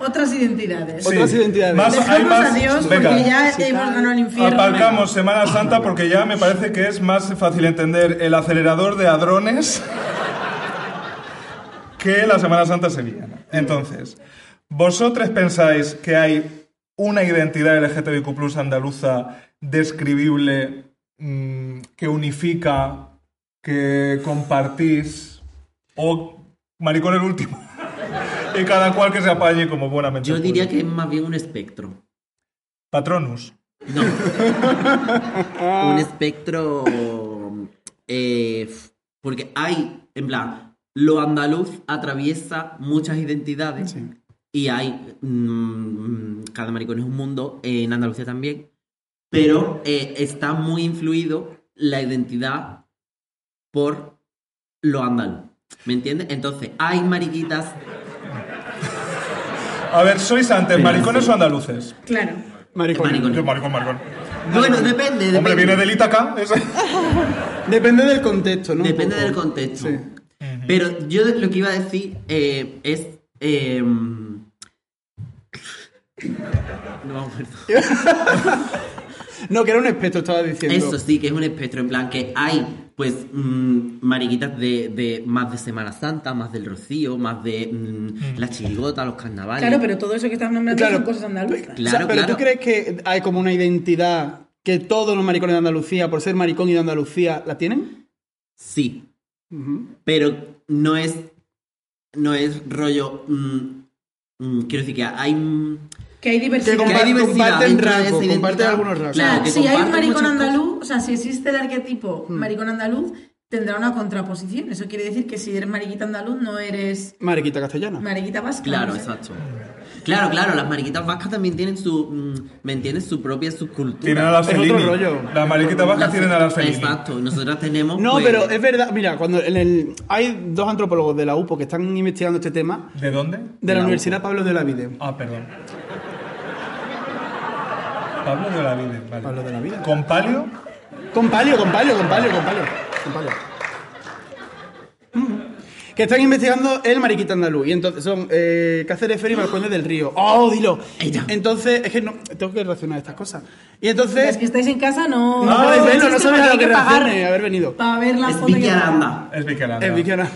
Otras identidades. Otras sí. identidades. Más, Dejamos Pues, hay más. a Dios Venga. porque ya hemos ganado el infierno. Aparcamos Semana Santa porque ya me parece que es más fácil entender el acelerador de hadrones que la Semana Santa sevillana. Entonces, ¿vosotros pensáis que hay una identidad LGTBIQ andaluza describible mm, que unifica, que compartís o maricón el último? y cada cual que se apañe como buenamente. Yo puede. diría que es más bien un espectro. Patronus. No. Ah. un espectro. eh, f- porque hay, en plan, lo andaluz atraviesa muchas identidades. Y hay. mm, cada maricón es un mundo, en Andalucía también. Pero eh, está muy influido la identidad por lo andaluz. ¿Me entiendes? Entonces, hay mariquitas. A ver, ¿sois antes maricones o andaluces? Claro. Maricón. Maricón. Yo, maricón, maricón. Bueno, depende. depende. Hombre, viene del Ítaca. ese. Depende del contexto, ¿no? Un Depende poco. del contexto. Sí. Pero yo de- lo que iba a decir eh, es. eh, no me acuerdo. No, que era un espectro, estaba diciendo. Eso sí, que es un espectro. En plan, que hay, pues, mm, mariquitas de, de más de Semana Santa, más del Rocío, más de mm, la chirigota, los carnavales. Claro, pero todo eso que estás nombrando Claro. son cosas andaluzas. O sea, Claro, pero claro. tú crees que hay como una identidad que todos los maricones de Andalucía, por ser maricón y de Andalucía, la tienen? Sí. Pero no es. No es rollo. mm, mm, quiero decir que hay. mm, Que hay Que diversidad. compa- comparten, diversidad comparten dentro de esa rasgos, identidad. comparten algunos rasgos. O sea, Claro, que si hay un comparten maricón muchas andaluz, o sea, si existe el arquetipo maricón andaluz, tendrá una contraposición. Eso quiere decir que si eres mariquita andaluz, no eres Mariquita castellana. mariquita vasca. no Claro, sé. exacto. Claro, claro, las mariquitas vascas también tienen su. mm, ¿Me entiendes? Su propia subcultura. Tienen a las Es otro Fellini. rollo. Las mariquitas bajas Las- tienen a las Fellini. Exacto, nosotras tenemos. No, pues, pero es verdad, mira, cuando en el- hay dos antropólogos de la UPO que están investigando este tema, ¿De dónde? de la, La Universidad Pablo de la Vide. Ah, perdón. Pablo de la Vida, vale. Pablo de la Vida. ¿Con palio? Con palio, con palio, con palio, con palio. Con palio. Mm. Que están investigando el mariquita andaluz. Y entonces son eh, Cáceres Fer y Balcones del Río. ¡Oh, dilo! Ella. Entonces, es que no, tengo que relacionar estas cosas. Y Las entonces, que estáis en casa no. No podéis verlo, existe no porque sabéis a lo hay que Eh, pagar reaccione haber venido. Para ver la Es foto que- Vicky Aranda. Es Vicaranda. el Vicky ahora-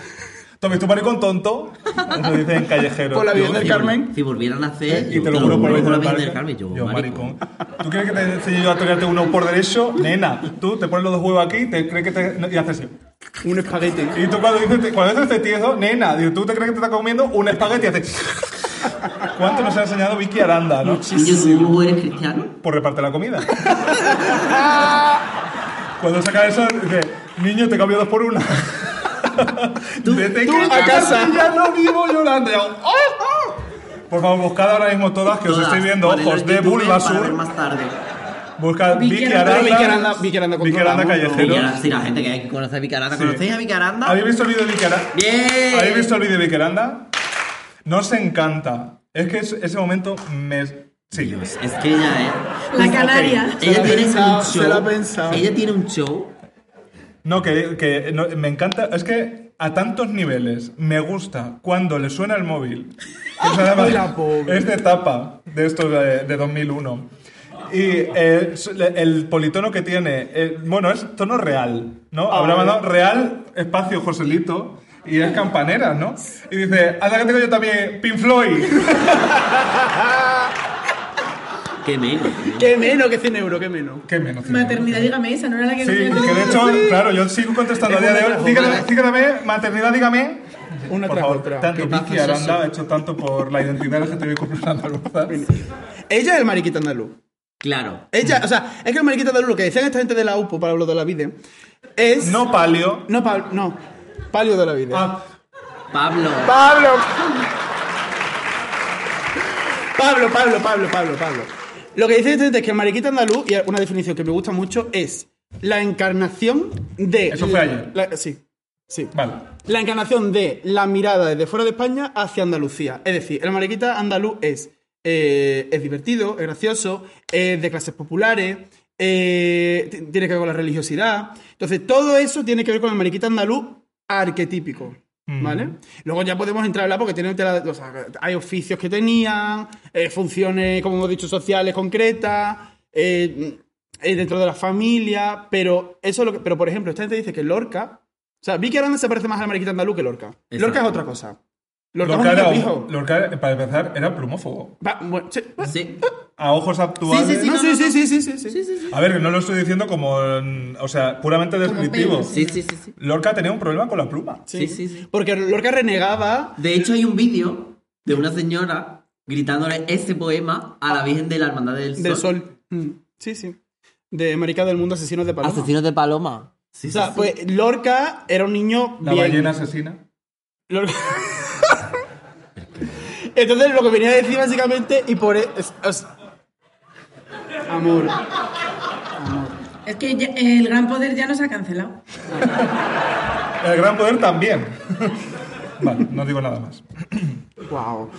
Tomes tu maricón tonto, como dicen callejeros. Con la vida del si Carmen. vol- Si volvieran a hacer. eh, Y yo te lo juro por la vida del vida Carmen. del Carmen. Yo, maricón. maricón. ¿Tú crees que te enseñe yo a tocarte uno por derecho? Nena, tú te pones los dos huevos aquí te crees que te... no, y haces así. Un espagueti. Y tú cuando dices, cuando dices tieso, nena, digo, tú te crees que te estás comiendo un espagueti y haces... ¿Cuánto nos ha enseñado Vicky Aranda, no? Niño, ¿tú eres cristiano? por repartir la comida. Cuando saca eso, dice, niño, te cambio dos por una. Desde tú que a yo casa. castellano vivo llorando. Yo, ¡ah, ah! Por favor, buscad ahora mismo todas, que os estoy viendo Ponedlo ojos en de YouTube para ver Bulbasur. más tarde. Buscad Vicky Vicky Aranda. Aranda. Vicky Aranda- Vicky Aranda Vicky controla Aranda mucho. Callejero. Vicky Aranda, sí, la gente que hay que conoce a Vicaranda. Sí. ¿Conocéis a Vicaranda? ¿Habéis visto el vídeo de Vicky Aranda? ¡Bien! ¿Habéis visto el vídeo de Vicky Aranda? Nos encanta. Es que es- ese momento me Sí. Es que ella eh, es. La canaria. Ella lo ha tiene pensado, un se show. lo ha pensado. Ella tiene un show. No, que, que no, me encanta. Es que a tantos niveles me gusta cuando le suena el móvil. que se llama- la pobre. es de tapa de estos de, de 2001. Y eh, su- le- el politono que tiene, eh, bueno, es tono real, ¿no? Habrá mandado real, espacio Joselito, y es campanera, ¿no? Y dice, hasta que tengo yo también Pin Floyd. Qué menos. tío. Qué menos que 100 euros, qué menos. Qué menos. tiene. Maternidad, dígame esa, no era la que Sí, que no de hecho, claro, yo sigo contestando a día de hoy. Dígame, dígame, maternidad, dígame. Una por tras favor, otra. tanto Qué Vicky pajas Aranda ha hecho tanto por la identidad LGTBIQ plus andaluza. Ella es el mariquita andaluz. Claro. Ella, o sea, es que el mariquita andaluz, lo que decían esta gente de la UPO, para hablar de la vida, es... No palio. No, Pablo, no. Palio de la vida. Ah, Pablo. Pablo. Pablo, Pablo, Pablo, Pablo, Pablo. Lo que dice esta gente es que el mariquita andaluz, y una definición que me gusta mucho, es la encarnación de. Eso fue ayer. la- sí, sí. vale. La encarnación de la mirada desde fuera de España hacia Andalucía. Es decir, el mariquita andaluz es, eh, es divertido, es gracioso, es de clases populares, eh, ti- tiene que ver con la religiosidad. Entonces, todo eso tiene que ver con el mariquita andaluz arquetípico. ¿Vale? Luego ya podemos entrar a hablar porque tiene tela- o sea, hay oficios que tenían, eh, funciones, como hemos dicho, sociales concretas. eh, eh, dentro de la familia, pero eso es lo que, pero por ejemplo, esta gente dice que Lorca, o sea, Vicky Aranda se parece más al mariquita andaluz que Lorca. Lorca es otra cosa. Lorca, Lorca, es era, un hijo. Lorca, para empezar, era plumófobo. sí, Sí. A ojos actuales. Sí, No, no, sí, no, sí, no. sí, sí, sí, sí. A ver, no lo estoy diciendo como. mm, O sea, puramente descriptivo. pelo, Sí, sí, sí. sí. Lorca tenía un problema con la pluma. Sí, sí, sí. Porque Lorca renegaba. De hecho, hay un vídeo de una señora gritándole ese poema a la Virgen de la Hermandad del Sol. Del sol. Mm, Sí, sí. De Marica del Mundo, Asesinos de Paloma. Asesinos de paloma. Ah, Sí, O sí, sea, sí. pues Lorca era un niño La bien. ballena asesina. Lorca- Entonces, lo que venía a decir básicamente, y por. e- es- es- Amor. Es que ya- el gran poder ya nos ha cancelado. El gran poder también. vale, no digo nada más. Wow.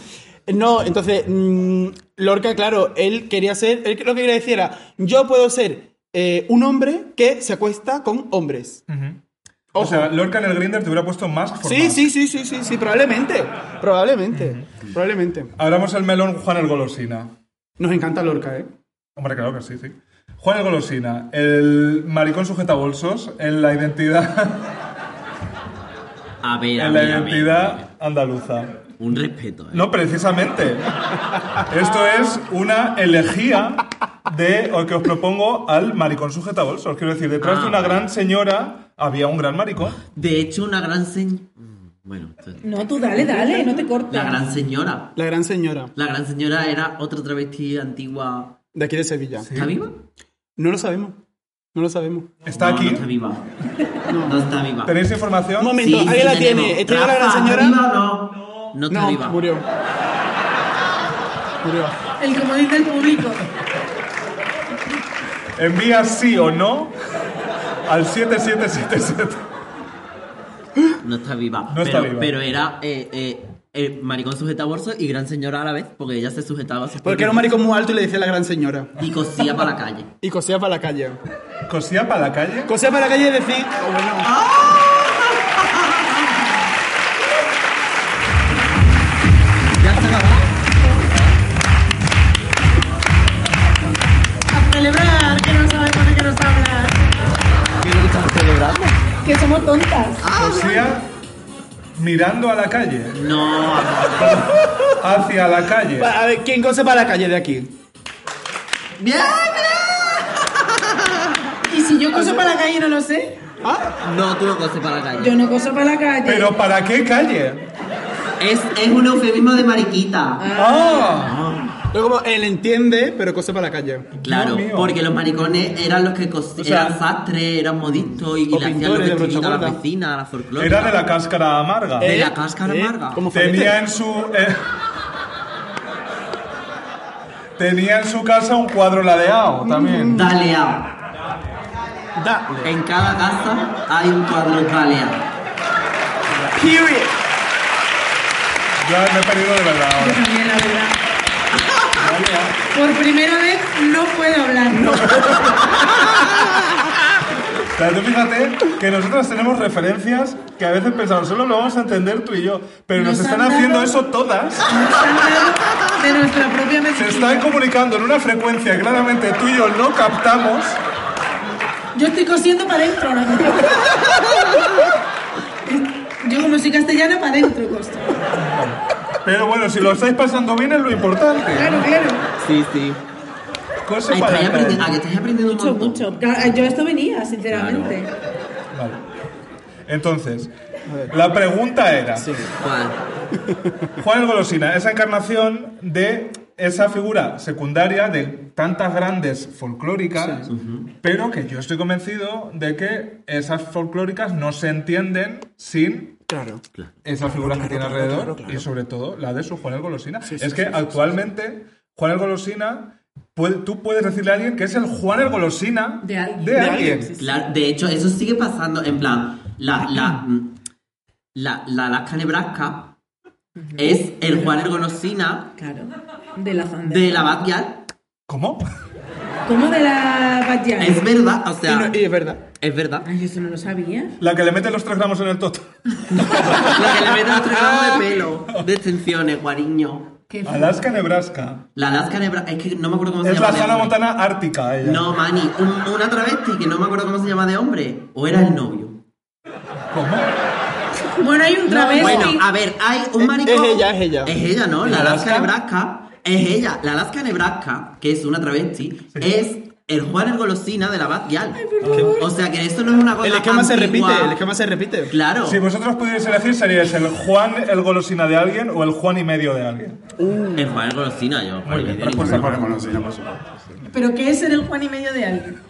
No, entonces, mm, Lorca, claro, él quería ser, él lo que quería decir era, yo puedo ser eh, un hombre que se acuesta con hombres. O sea, Lorca en el Grinder te hubiera puesto más Sí, sí, sí, sí, sí, sí, probablemente, probablemente, probablemente. Hablamos el melón Juan el Golosina. Nos encanta Lorca, ¿eh? Hombre, claro que sí, sí. Juan el Golosina, el maricón sujetabolsos en la identidad, A ver, a en la ver, a ver, a ver. identidad andaluza. Un respeto, ¿eh? No, precisamente. Esto es una elegía de lo que os propongo al maricón sujetabolsos. Quiero decir, detrás de Ah. una gran señora había un gran maricón. De hecho, una gran señora. Bueno, esto- No, tú dale, dale, no te cortes. la gran señora. La gran señora, La gran señora era otra travesti antigua. de aquí de Sevilla. ¿Está viva? No lo sabemos, no lo sabemos. Está No, No aquí. está viva. No está viva. ¿Tenéis Un información? momento, Sí, ahí sí la tenemos. tiene, ¿está viva la gran Rafa, ¿está señora? viva o no? No está No, viva. murió. Murió. El comodín del público. Envía sí o no al 7777. No está viva. No pero, está viva. pero era eh, eh, eh, maricón sujeta bolso y gran señora a la vez, porque ella se sujetaba a sus Porque era un propios- maricón muy alto y le decía la gran señora. Y cosía para la calle. Y cosía para la calle. ¿Cosía para la calle? Cosía para la calle y decir, oh, bueno. Ya se acabó. A celebrar que no sabemos de qué nos hablan. ¿Qué es lo que estás celebrando? Que somos tontas. Cosía mirando a la calle. No, amor. Hacia la calle. Va, A ver, ¿quién cose para la calle de aquí? ¡Bien! Y si yo coso para la calle, no lo sé. No, tú no coses para la calle. Yo no coso para la calle. ¿Pero para qué calle? Es, es un eufemismo de mariquita. ¡Ah! Luego como él entiende, pero cose para la calle. Claro, Dios mío. porque los maricones eran los que cosían, sea, eran sastres, eran modistos y, y o le hacían los pintores de brocha vestiditos a las gorda. vecinas, a las folclóricas. Era de la cáscara amarga. De Eh, la cáscara eh, amarga. Como Tenía Fabete. en su. eh, tenía en su casa un cuadro ladeado Mm. también. Dalea. Dale. En cada casa hay un cuadro dalea. Period. Ya me he perdido de verdad Yo ahora. también, la verdad. Por primera vez no puedo hablar. O sea, tú fíjate que nosotros tenemos referencias que a veces pensamos, solo lo vamos a entender tú y yo, pero nos, Nos están han dado- haciendo eso todas. De nuestra propia Se medicina. están comunicando en una frecuencia que claramente tú y yo no captamos. Yo estoy cosiendo para adentro ahora mismo. Yo como soy castellana, para adentro costo. Pero bueno, si lo estáis pasando bien es lo importante. Claro, claro. Sí, sí. Cosa Ay, para estáis tal. aprendiendo, ah, que estáis aprendiendo un Mucho, montón. mucho. Claro, eh, Yo a esto venía, sinceramente. Vale. Entonces, la pregunta era, ¿Cuál? Juan el Golosina, esa encarnación de esa figura secundaria de tantas grandes folclóricas, pero que yo estoy convencido de que esas folclóricas no se entienden sin Claro. esa figura que tiene alrededor y sobre todo la de su Juan el Golosina. es que actualmente Juan el Golosina, puede- tú puedes decirle a alguien que es el Juan el Golosina De alguien. de alguien. Claro, de hecho, eso sigue pasando. En plan, la, la, la, la Alaska Nebraska es el Juan el Golosina Claro. De la zona. de la Backyard. ¿Cómo? ¿Cómo de la Batia? Es verdad, o Y, sea, no- y es verdad. es verdad. Ay, yo eso no lo sabía. La que le mete los tres gramos en el toto. La que le meten otro Ah, gramo de pelo, de extensiones, guariño. Qué Alaska, Nebraska. La Alaska Nebraska, es que no me acuerdo cómo se Es llama. la de zona hombre. montana ártica ella. No, Mani, un- una travesti que no me acuerdo cómo se llama de hombre, o Mm. era el novio. ¿Cómo? Bueno, hay un travesti. Bueno, a ver, hay un Es- maricón. es ella, es ella. Es ella, ¿no? La ¿En Alaska Alaska? Nebraska. Es ella. La Alaska Nebraska, que es una travesti, es el Juan el Golosina de la Bad Gyal. O sea que esto no es una cosa. El esquema se antigua. repite, el esquema se repite. Claro. Si vosotros pudierais elegir, seríais el Juan el golosina de alguien o el Juan y medio de alguien. Uh. El Juan el Golosina, yo. Muy bien, Pues, respuesta para ¿Pero qué es ser el Juan y medio de alguien?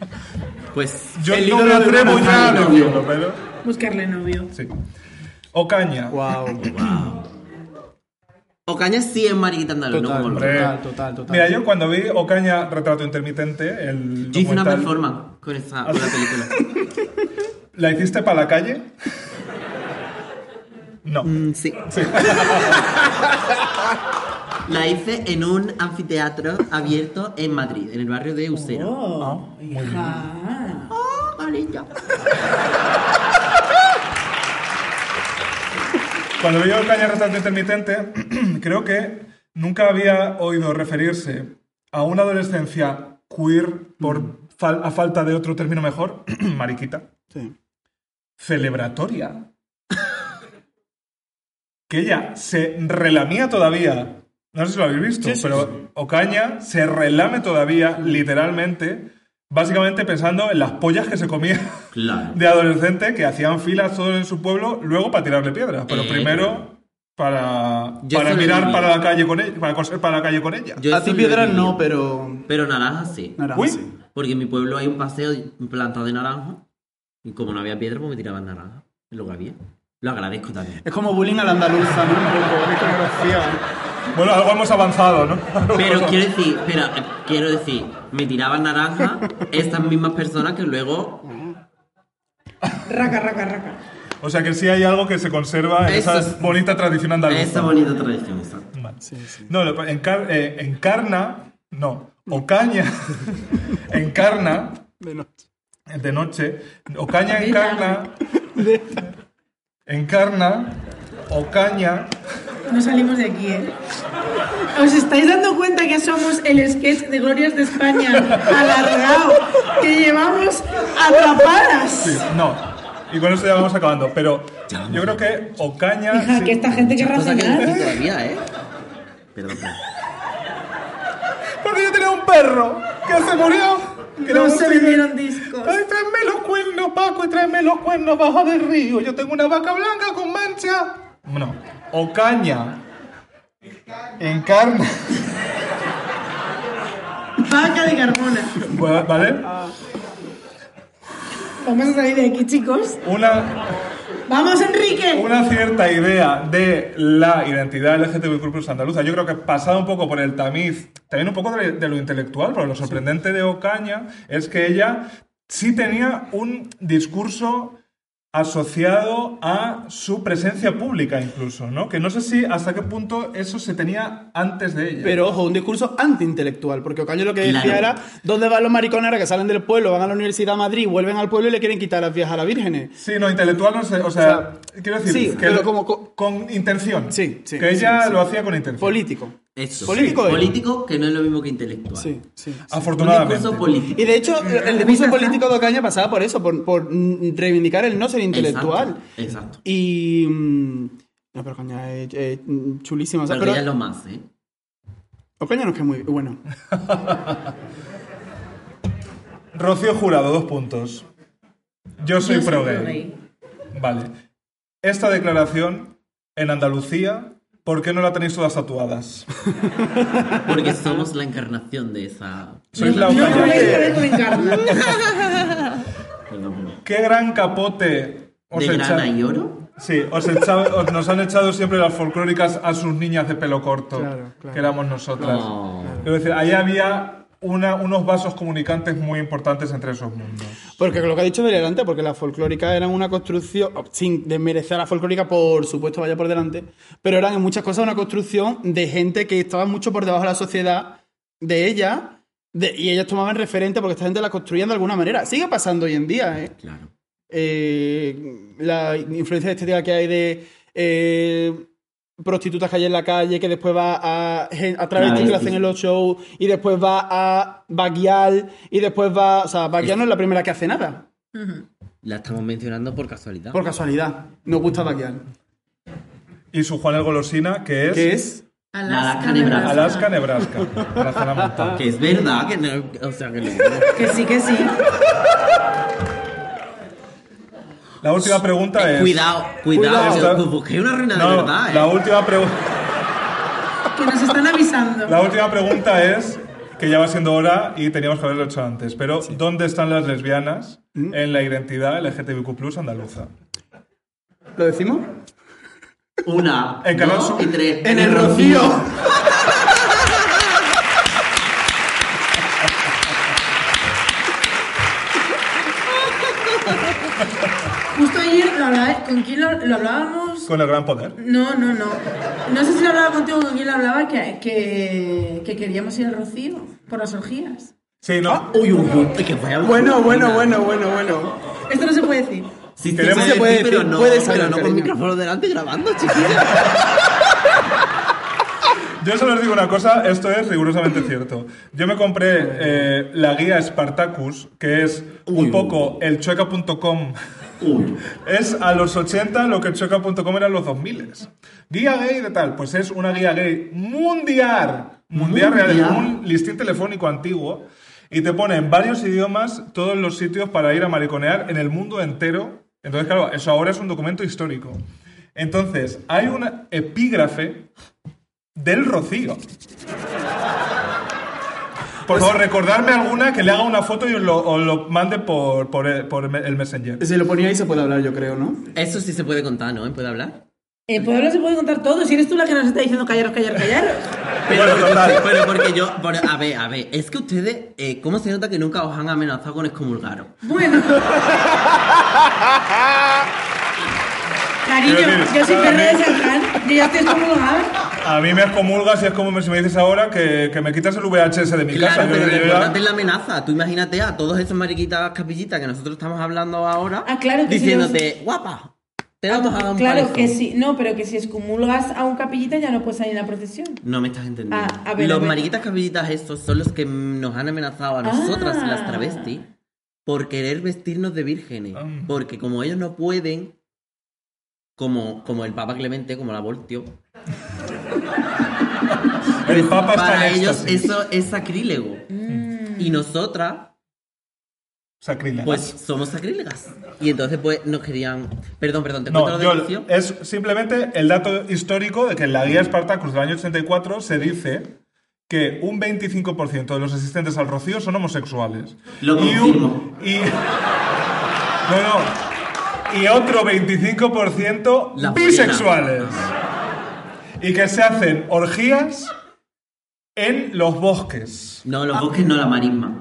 pues. Yo El no ídolo me de una atrevo ya a mujer. decirlo, pero. Buscarle novio. Sí. Ocaña. Wow. Ocaña sí es mariquita andaluz, no Total, como hombre. lo- total, total, total. Eh, Mira, yo cuando vi Ocaña retrato intermitente, el. Yo hice una documental- performance con esa con la película. ¿La hiciste para la calle? No. Mm, sí. Sí. La hice en un anfiteatro abierto en Madrid, en el barrio de Usera. Oh, Ah, hija. ¡Oh, cariño! Cuando vi Ocaña retrato intermitente, creo que nunca había oído referirse a una adolescencia queer, por fal- a falta de otro término mejor, mariquita, Sí. celebratoria. que ella se relamía todavía. No sé si lo habéis visto, pero Ocaña se relame todavía, literalmente, básicamente pensando en las pollas que se comía Claro. de adolescente que hacían filas todos en su pueblo, luego para tirarle piedras. Pero Eh, primero para, Yo para soy mirar lesbiana. para la calle con ella, para coser para la calle con ella. Yo A ti eso lo piedra viví. no, pero. Pero naranja sí. Naranja. Uy, sí. Porque en mi pueblo hay un paseo plantado de naranja. Y como no había piedra, pues me tiraban naranja. Es lo que había. Lo agradezco también. Es como bullying a la andaluza, ¿no? Un poco, es coreografía. Bueno, algo hemos avanzado, ¿no? Pero quiero decir, espera, eh, quiero decir, me tiraban naranja estas mismas personas que luego. Raca, raca, raca. o sea que sí hay algo que se conserva en Eso esa es- bonita tradición andaluza. Esa bonita tradición, exacto. Vale. No, lo- encar- eh, encarna, no, Ocaña encarna De noche. de noche, Ocaña encarna, encarna, Ocaña, No salimos de aquí, ¿eh? ¿Os estáis dando cuenta que somos el sketch de Glorias de España alargado que llevamos Sí, atrapadas? no. Y con eso ya vamos acabando. Pero yo creo que Ocaña. Hija, sí. pues que esta gente querrá Cosa que decir cenar. todavía, ¿eh? Perdón. perdón. Porque yo tenía un perro que se murió. Que No era se un- vendieron discos. Ay, tráeme los cuernos, Paco, y tráeme los cuernos bajo del río. Yo tengo una vaca blanca con mancha. No. Ocaña. Encarna. Vaca de Carmona. Bueno, ¿Vale? Vamos a salir de aquí, chicos. Una, ¡Vamos, Enrique! una cierta idea de la identidad LGTBQ andaluza. Yo creo que pasada un poco por el tamiz, también un poco de, de lo intelectual, pero lo sorprendente de Ocaña es que ella sí tenía un discurso asociado a su presencia pública incluso, ¿no? Que no sé si hasta qué punto eso se tenía antes de ella. Pero ojo, un discurso antiintelectual, porque Ocaño lo que decía Claro. era, ¿dónde van los maricones ahora que salen del pueblo, van a la Universidad de Madrid, vuelven al pueblo y le quieren quitar las viejas a las vírgenes? Sí, no, intelectual no sé, o sea, quiero decir, sí, que pero como co- con intención. Sí, sí, Que sí, ella sí. lo hacía con intención. Político. Eso. Político Sí. es. Político que no es lo mismo que intelectual. Sí, sí. Afortunadamente. Un discurso político. Y de hecho, el discurso político de Ocaña pasaba por eso, por, por mm, reivindicar el no ser intelectual. Exacto. exacto. Y... mm, No, pero Ocaña es, es, mm, chulísima. o sea, Pero, pero ella lo más, ¿eh? Ocaña no es que es muy... Bueno. Rocío Jurado, dos puntos. Yo soy, Yo soy pro pro gay. Vale. Esta declaración en Andalucía, ¿por qué no la tenéis todas tatuadas? Porque somos la encarnación de esa. Sois la No única. probéis por dentro encarna. Perdón, perdón. ¿Qué gran capote os De grana echáis? y oro. Sí, os echa- os- nos han echado siempre las folclóricas a sus niñas de pelo corto, Claro, claro. que éramos nosotras. No. Quiero decir, ahí había una- unos vasos comunicantes muy importantes entre esos mundos. Porque lo que ha dicho Belén antes, porque las folclóricas eran una construcción, sin desmerecer a la folclórica, por supuesto, vaya por delante, pero eran en muchas cosas una construcción de gente que estaba mucho por debajo de la sociedad, de ella, de- y ellas tomaban referente porque esta gente la construían de alguna manera. Sigue pasando hoy en día, ¿eh? Claro. Eh, la influencia estética que hay de eh, prostitutas que hay en la calle, que después va a, gen- a travestis que lo hacen en los shows, y después va a Baguial, y después va. O sea, Baguial no es la primera que hace nada. La estamos mencionando por casualidad. Por casualidad. Nos gusta Baquial. Y su Juan el Golosina, que es, ¿Qué es? Naranja de Brasil. Alaska, Nebraska. la zona montaña. Que es verdad que no. O sea, que no. Que sí, que sí. La última pregunta es... Cuidado, Cuidado. cuidado. yo- pues busqué una ruina No, de verdad, ¿eh? la, última pregu- Que nos están avisando. la última pregunta es, que ya va siendo hora y teníamos que haberlo hecho antes, pero ¿dónde están las lesbianas Mm. en la identidad LGTBQ andaluza? ¿Lo decimos? Una, En Canal dos Sur. y tres. En el Rocío. Justo ayer lo hablaba- con quién lo, lo hablábamos. Con el gran poder. No, no, no. No sé si lo hablaba contigo o con quién lo hablaba que, que, que queríamos ir al Rocío por las orgías. Sí, no. Uy, uy, uy, que vaya Bueno, bueno, bueno, bueno, bueno. Esto no se puede decir. Sí, sí, Queremos- se puede decir, pero decir, no, puede pero saber, no con cariño. micrófono delante grabando, chiquilla. Yo solo os digo una cosa, esto es rigurosamente cierto. Yo me compré eh, la guía Spartacus, que es un Uy. poco el chueca.com. Uy. Es a los 80 lo que chueca.com era a los 2000. Guía gay de tal, pues es una guía gay mundial. Mundial real, es Mundial. un listín telefónico antiguo. Y te pone en varios idiomas todos los sitios para ir a mariconear en el mundo entero. Entonces, claro, eso ahora es un documento histórico. Entonces, hay una epígrafe del Rocío. Por favor, recordarme alguna que le haga una foto y os lo, os lo mande por, por el, por el Messenger. Si lo ponía ahí se puede hablar, yo creo, ¿no? Eso sí se puede contar, ¿no? ¿Puede hablar? Eh, pues ahora se puede contar todo. Si eres tú la que nos está diciendo callaros, callaros, callaros. Pero, Bueno, total. pero porque yo... por- a ver, a ver. Es que ustedes... eh, ¿Cómo se nota que nunca os han amenazado con excomulgaros? Bueno. Cariño, Quiero decir, yo soy para perro mí- de Santán. Yo ya estoy excomulgada. A mí me excomulgas y es como si me dices ahora que, que me quitas el VHS de mi Claro, casa. Yo pero diría, recordate la amenaza. Tú imagínate a todos esos mariquitas capillitas que nosotros estamos hablando ahora. Ah, claro que sí, Diciéndote, guapa, te vamos a dar un Claro palizón". que sí. No, pero que si excomulgas a un capillita ya no puedes salir en la procesión. No me estás entendiendo. Ah, a ver, los a ver. mariquitas capillitas estos son los que nos han amenazado a nosotras, Ah. las travestis, por querer vestirnos de vírgenes. Ah. Porque como ellos no pueden, como, como el Papa Clemente, como la Voltio, el Papa está para en ellos éxtasis. eso es sacrílego. Mm. Y nosotras, Sacrílegas. pues somos sacrílegas. Y entonces, pues nos querían. Perdón, perdón, te cuento No, lo yo- eh, del vicio? es simplemente el dato histórico de que en la guía Spartacus del año 84 se dice que un 25% de los asistentes al Rocío son homosexuales. Lo y confirmo. y- no, no. Y otro 25% La bisexuales. Y que se hacen orgías en los bosques. No, los bosques no, la marisma.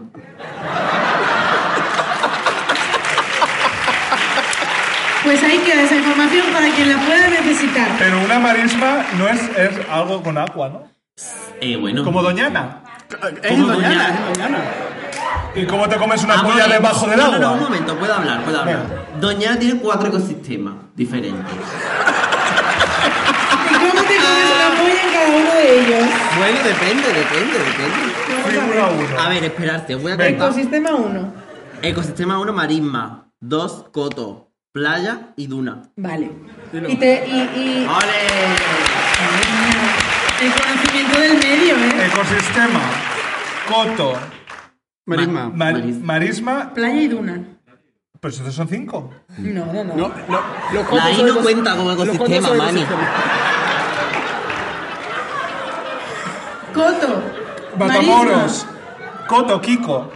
Pues ahí queda esa información para quien la pueda necesitar. Pero una marisma no es, es algo con agua, ¿no? Eh, bueno. Como doñana. Es Como doñana, doñana. es doñana. ¿Y cómo te comes Ah, una bueno, polla debajo del no, agua? No, no, un momento, puedo hablar, puedo hablar. Doñana tiene cuatro ecosistemas diferentes. ¿Y cómo te comes una polla en cada uno de ellos? Bueno, depende, depende, depende. Figura uno. A ver, esperarte, os voy a Venga. contar. Ecosistema 1. Ecosistema 1, marisma. 2, coto. Playa y duna. Vale. Y, te, y, y ¡Ole! el conocimiento del medio, ¿eh? Ecosistema. Coto. Marisma. mar- Marisma. marisma. Playa y duna. Pues estos son cinco. No, no, no. No, no, los cotos La I son no ecos- cuenta como los cotos ecosistema, son Mani. ecosistema. Coto. Matamoros. marisma, Coto, Kiko.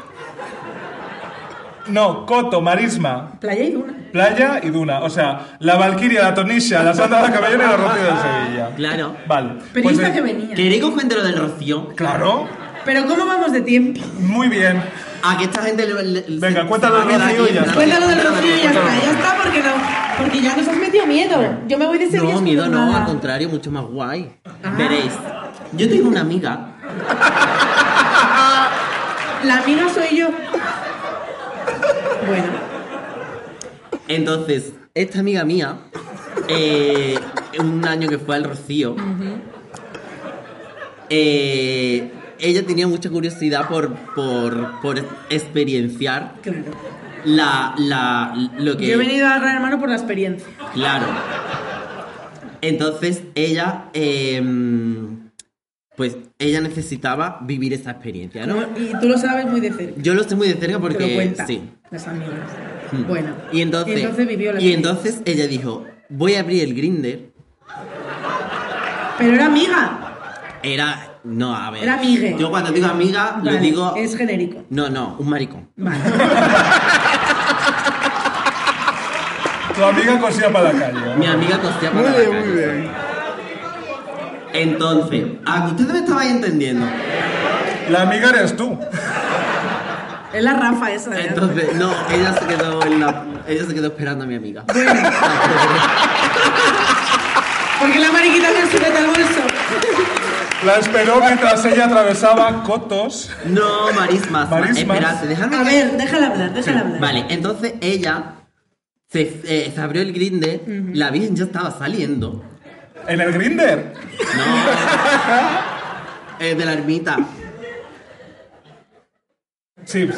No, Coto, Marisma, Playa y duna. Playa y Duna. O sea, la Valquiria, la Tornilla, la Santa de la Caballera y la Rocío de Sevilla. Claro. Vale. Pero pues, esta eh, que venía. ¿Queréis que os cuente lo del rocío? Claro. Pero ¿cómo vamos de tiempo? Muy bien. A que esta gente le, le- Venga, se- cuéntalo se va a del rodar rocío y aquí, ya en plan- Cuéntalo del rocío y ya está. Cuéntalo. Ya está porque no. Porque ya nos has metido miedo. Yo me voy de ese No, riesgo miedo no, tomada. al contrario, mucho más guay. Veréis. Yo tengo una amiga La amiga soy yo. Bueno, Entonces, esta amiga mía, eh, un año que fue al Rocío, eh, ella tenía mucha curiosidad por, por, por experienciar claro. la, la, lo que... Yo he venido al Gran Hermano por la experiencia. Claro. Entonces, ella... em, pues ella necesitaba vivir esa experiencia, ¿no? Y tú lo sabes muy de cerca. Yo lo sé muy de cerca te lo porque... cuenta. Sí. Las amigas. Mm. Bueno. Y entonces, vivió la y experiencia. entonces ella dijo, voy a abrir el grinder. Pero era amiga. Era, no, a ver. Era amigue. Yo cuando digo amiga, Vale, lo digo... Es genérico. No, no, un maricón. Vale. Tu amiga cosía para la calle. Mi amiga costea para Muy la bien, calle. muy bien. Entonces, ah, ustedes me estabais entendiendo. La amiga eres tú. es la Rafa esa. de antes. Entonces, no, ella se quedó en la... Ella se quedó esperando a mi amiga. Porque la mariquita se sujeta al bolso. La esperó mientras ella atravesaba Cotos. No, marismas. ma- Marismas. Esperad, dejadme A que- ver, déjala hablar, déjala hablar. Vale, entonces ella se, eh, se abrió el grinder, la virgen ya estaba saliendo. En el Grinder. No. eh, de la ermita. Sí.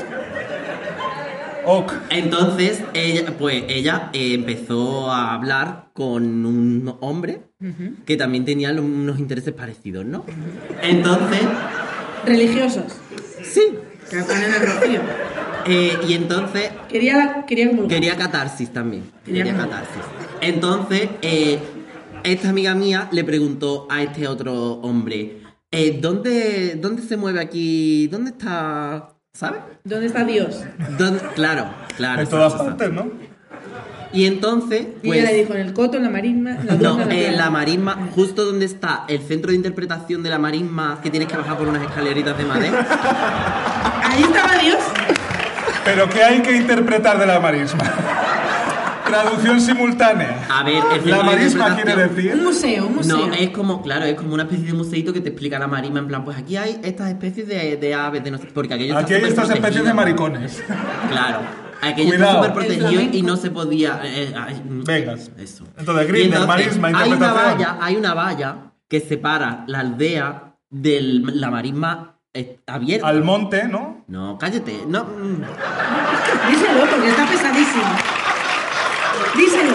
Ok. Entonces, ella, pues ella eh, empezó a hablar con un hombre que también tenía lo- unos intereses parecidos, ¿no? Entonces, Religiosos. sí. Que ponen el rocío. eh, y entonces Quería, la, quería comulgar. quería catarsis también. Quería Quería como- catarsis. Entonces, eh, esta amiga mía le preguntó a este otro hombre, eh, ¿dónde, ¿dónde se mueve aquí? ¿Dónde está? ¿Sabes? ¿Dónde está Dios? ¿Dónde- Claro, claro. En todas exacto, partes, exacto. ¿no? Y entonces, Y pues... ella le dijo en el coto, en la marisma, en la No, duna, en la eh, playa. la marisma, justo donde está el centro de interpretación de la marisma, que tienes que bajar por unas escaleritas de madera. Ahí estaba Dios. Pero ¿qué hay que interpretar de la marisma? Traducción simultánea. A ver, el centro La marisma de quiere interpretación. decir. Un museo, un museo. No, eh. es como, claro, es como una especie de museito que te explica la marisma, en plan, pues aquí hay estas especies de, de aves, de no sé, porque aquello Aquí hay está estas especies de maricones. maricones. Claro, aquello Cuidado. está súper protegido El flamenco. y no se podía... eh, eh, ay, Vengas. Eso. Entonces, Y Grinder, marisma, hay una interpretación. valla, hay una valla que separa la aldea de la marisma eh, abierta. Al monte, ¿no? No, cállate. No, mm. Díselo, porque está pesadísimo. Díselo.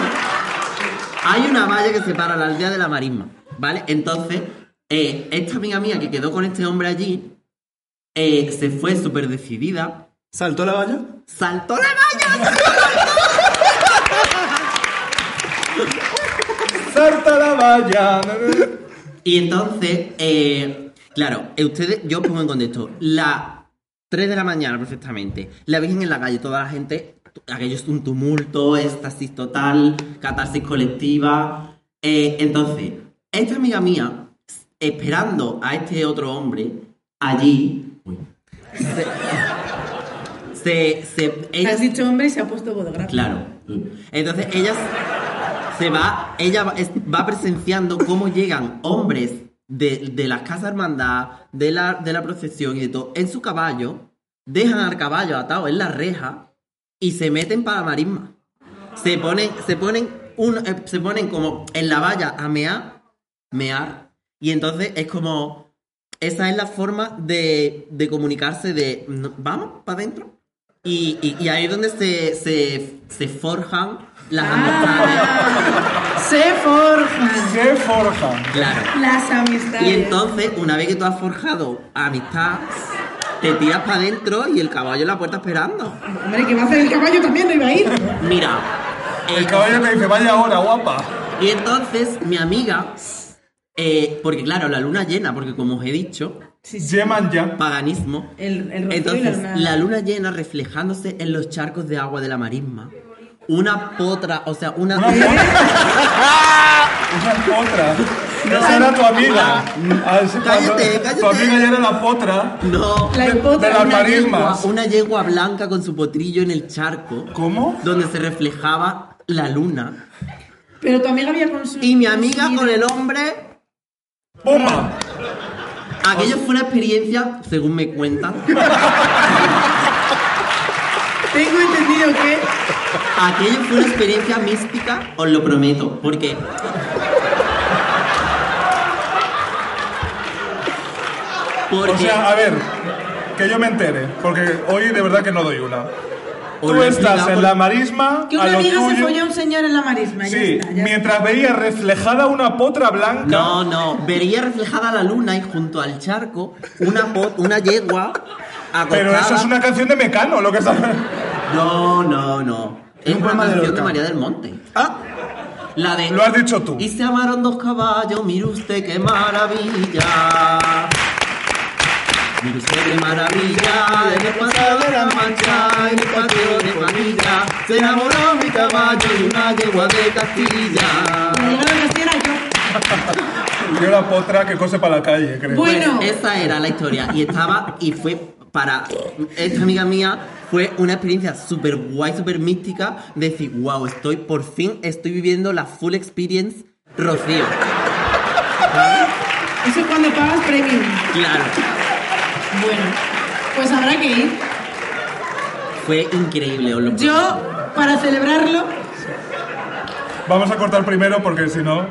Hay una valla que separa la aldea de la marisma, ¿vale? Entonces, eh, esta amiga mía que quedó con este hombre allí, eh, se fue súper decidida, ¿Saltó la valla? saltó la valla Salta la valla. y entonces, eh, claro, eh, ustedes, yo os pongo en contexto, la 3 de la mañana perfectamente, la Virgen en la calle, toda la gente, aquello es un tumulto, éxtasis total, catarsis colectiva. Eh, entonces, esta amiga mía, esperando a este otro hombre allí, se, se, se, ella- Has dicho hombre y se ha puesto bodegráfico. Claro. Entonces ella se va, ella va, es- va presenciando cómo llegan hombres de, de las casas hermandad, de la, de la procesión y de todo, en su caballo, dejan al caballo atado en la reja y se meten para marisma. Se ponen, se ponen, un- eh, se ponen como en la valla a mear, mear, y entonces es como, esa es la forma de, de comunicarse de, "No, vamos para adentro. Y, y, y ahí es donde se, se, se forjan las amistades. Ah, se forjan Se forja. Claro. las amistades. Y entonces, una vez que tú has forjado amistad, te tiras para adentro y el caballo en la puerta esperando. Hombre, que va a hacer el caballo también, no iba a ir. Mira. El eh, caballo te dice, vaya ahora, guapa. Y entonces, mi amiga, eh, porque claro, la luna llena, porque como os he dicho, Sí, sí. Yeman ya. paganismo. El, el rocío y Entonces, la luna. la luna llena reflejándose en los charcos de agua de la marisma. Una potra, o sea, una. Una Una potra. Esa era tu amiga. Ah, sí, cuando- Cállate, cállate. Tu amiga ya era la potra. No. La de- hipotra, de las una Una- marismas. Una yegua blanca con su potrillo en el charco. ¿Cómo? Donde se reflejaba la luna. Pero tu amiga había con Y mi amiga con el hombre. ¡Bomba! Aquello fue una experiencia, según me cuentan. Tengo entendido que. Aquello fue una experiencia mística, os lo prometo. Porque. Porque. O sea, a ver, que yo me entere, porque hoy de verdad que no doy una. Os Tú lo he estás explicado en la marisma, Que a una lo amiga se folló a tuyo. un señor en la marisma. ya Sí, está, ya está. mientras veía reflejada una potra blanca. No, no, vería reflejada la luna y junto al charco una, po- una yegua acostada. Pero eso es una canción de Mecano, lo que está. No, no, no. Es un una poema de canción de, Ah. Lorca. María del Monte. La de... Lo has dicho tú. Y se amaron dos caballos, mire usted qué maravilla. Mire usted qué maravilla, en el paseo de la mancha, en el patio de familia, se enamoró mi caballo y una yegua de Castilla. La yegua de Castilla era yo. Yo la potra que cose para la calle, creo. Bueno. Pues esa era la historia. Y estaba, y fue para esta amiga mía, fue una experiencia súper guay, súper mística. De decir, wow, estoy, por fin estoy viviendo la full experience Rocío. Eso es cuando pagas premium. Claro, Bueno, pues habrá que ir. fue increíble. os lo- Yo, para celebrarlo, Vamos a cortar primero porque si no.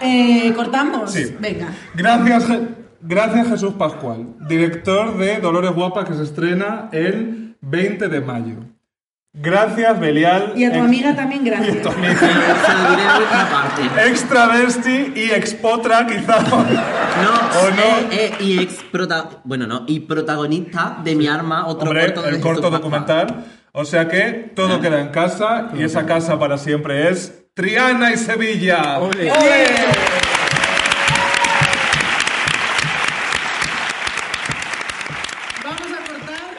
eh, cortamos. Sí. Venga. Gracias, Je- gracias Jesús Pascual, director de Dolores Guapa que se estrena el 20 de mayo. Gracias, Belial. Y a tu ex- amiga también, y a tu gracias. Se amiga. lo diré en otra parte. Extravesti y expotra, quizá. No, ¿O no? eh, eh, y ex prota- bueno, no, y protagonista de mi arma, otro Hombre, corto de el Jesús corto Pascual. documental. O sea que todo queda en casa y esa casa para siempre es Triana y Sevilla. Vamos a cortar.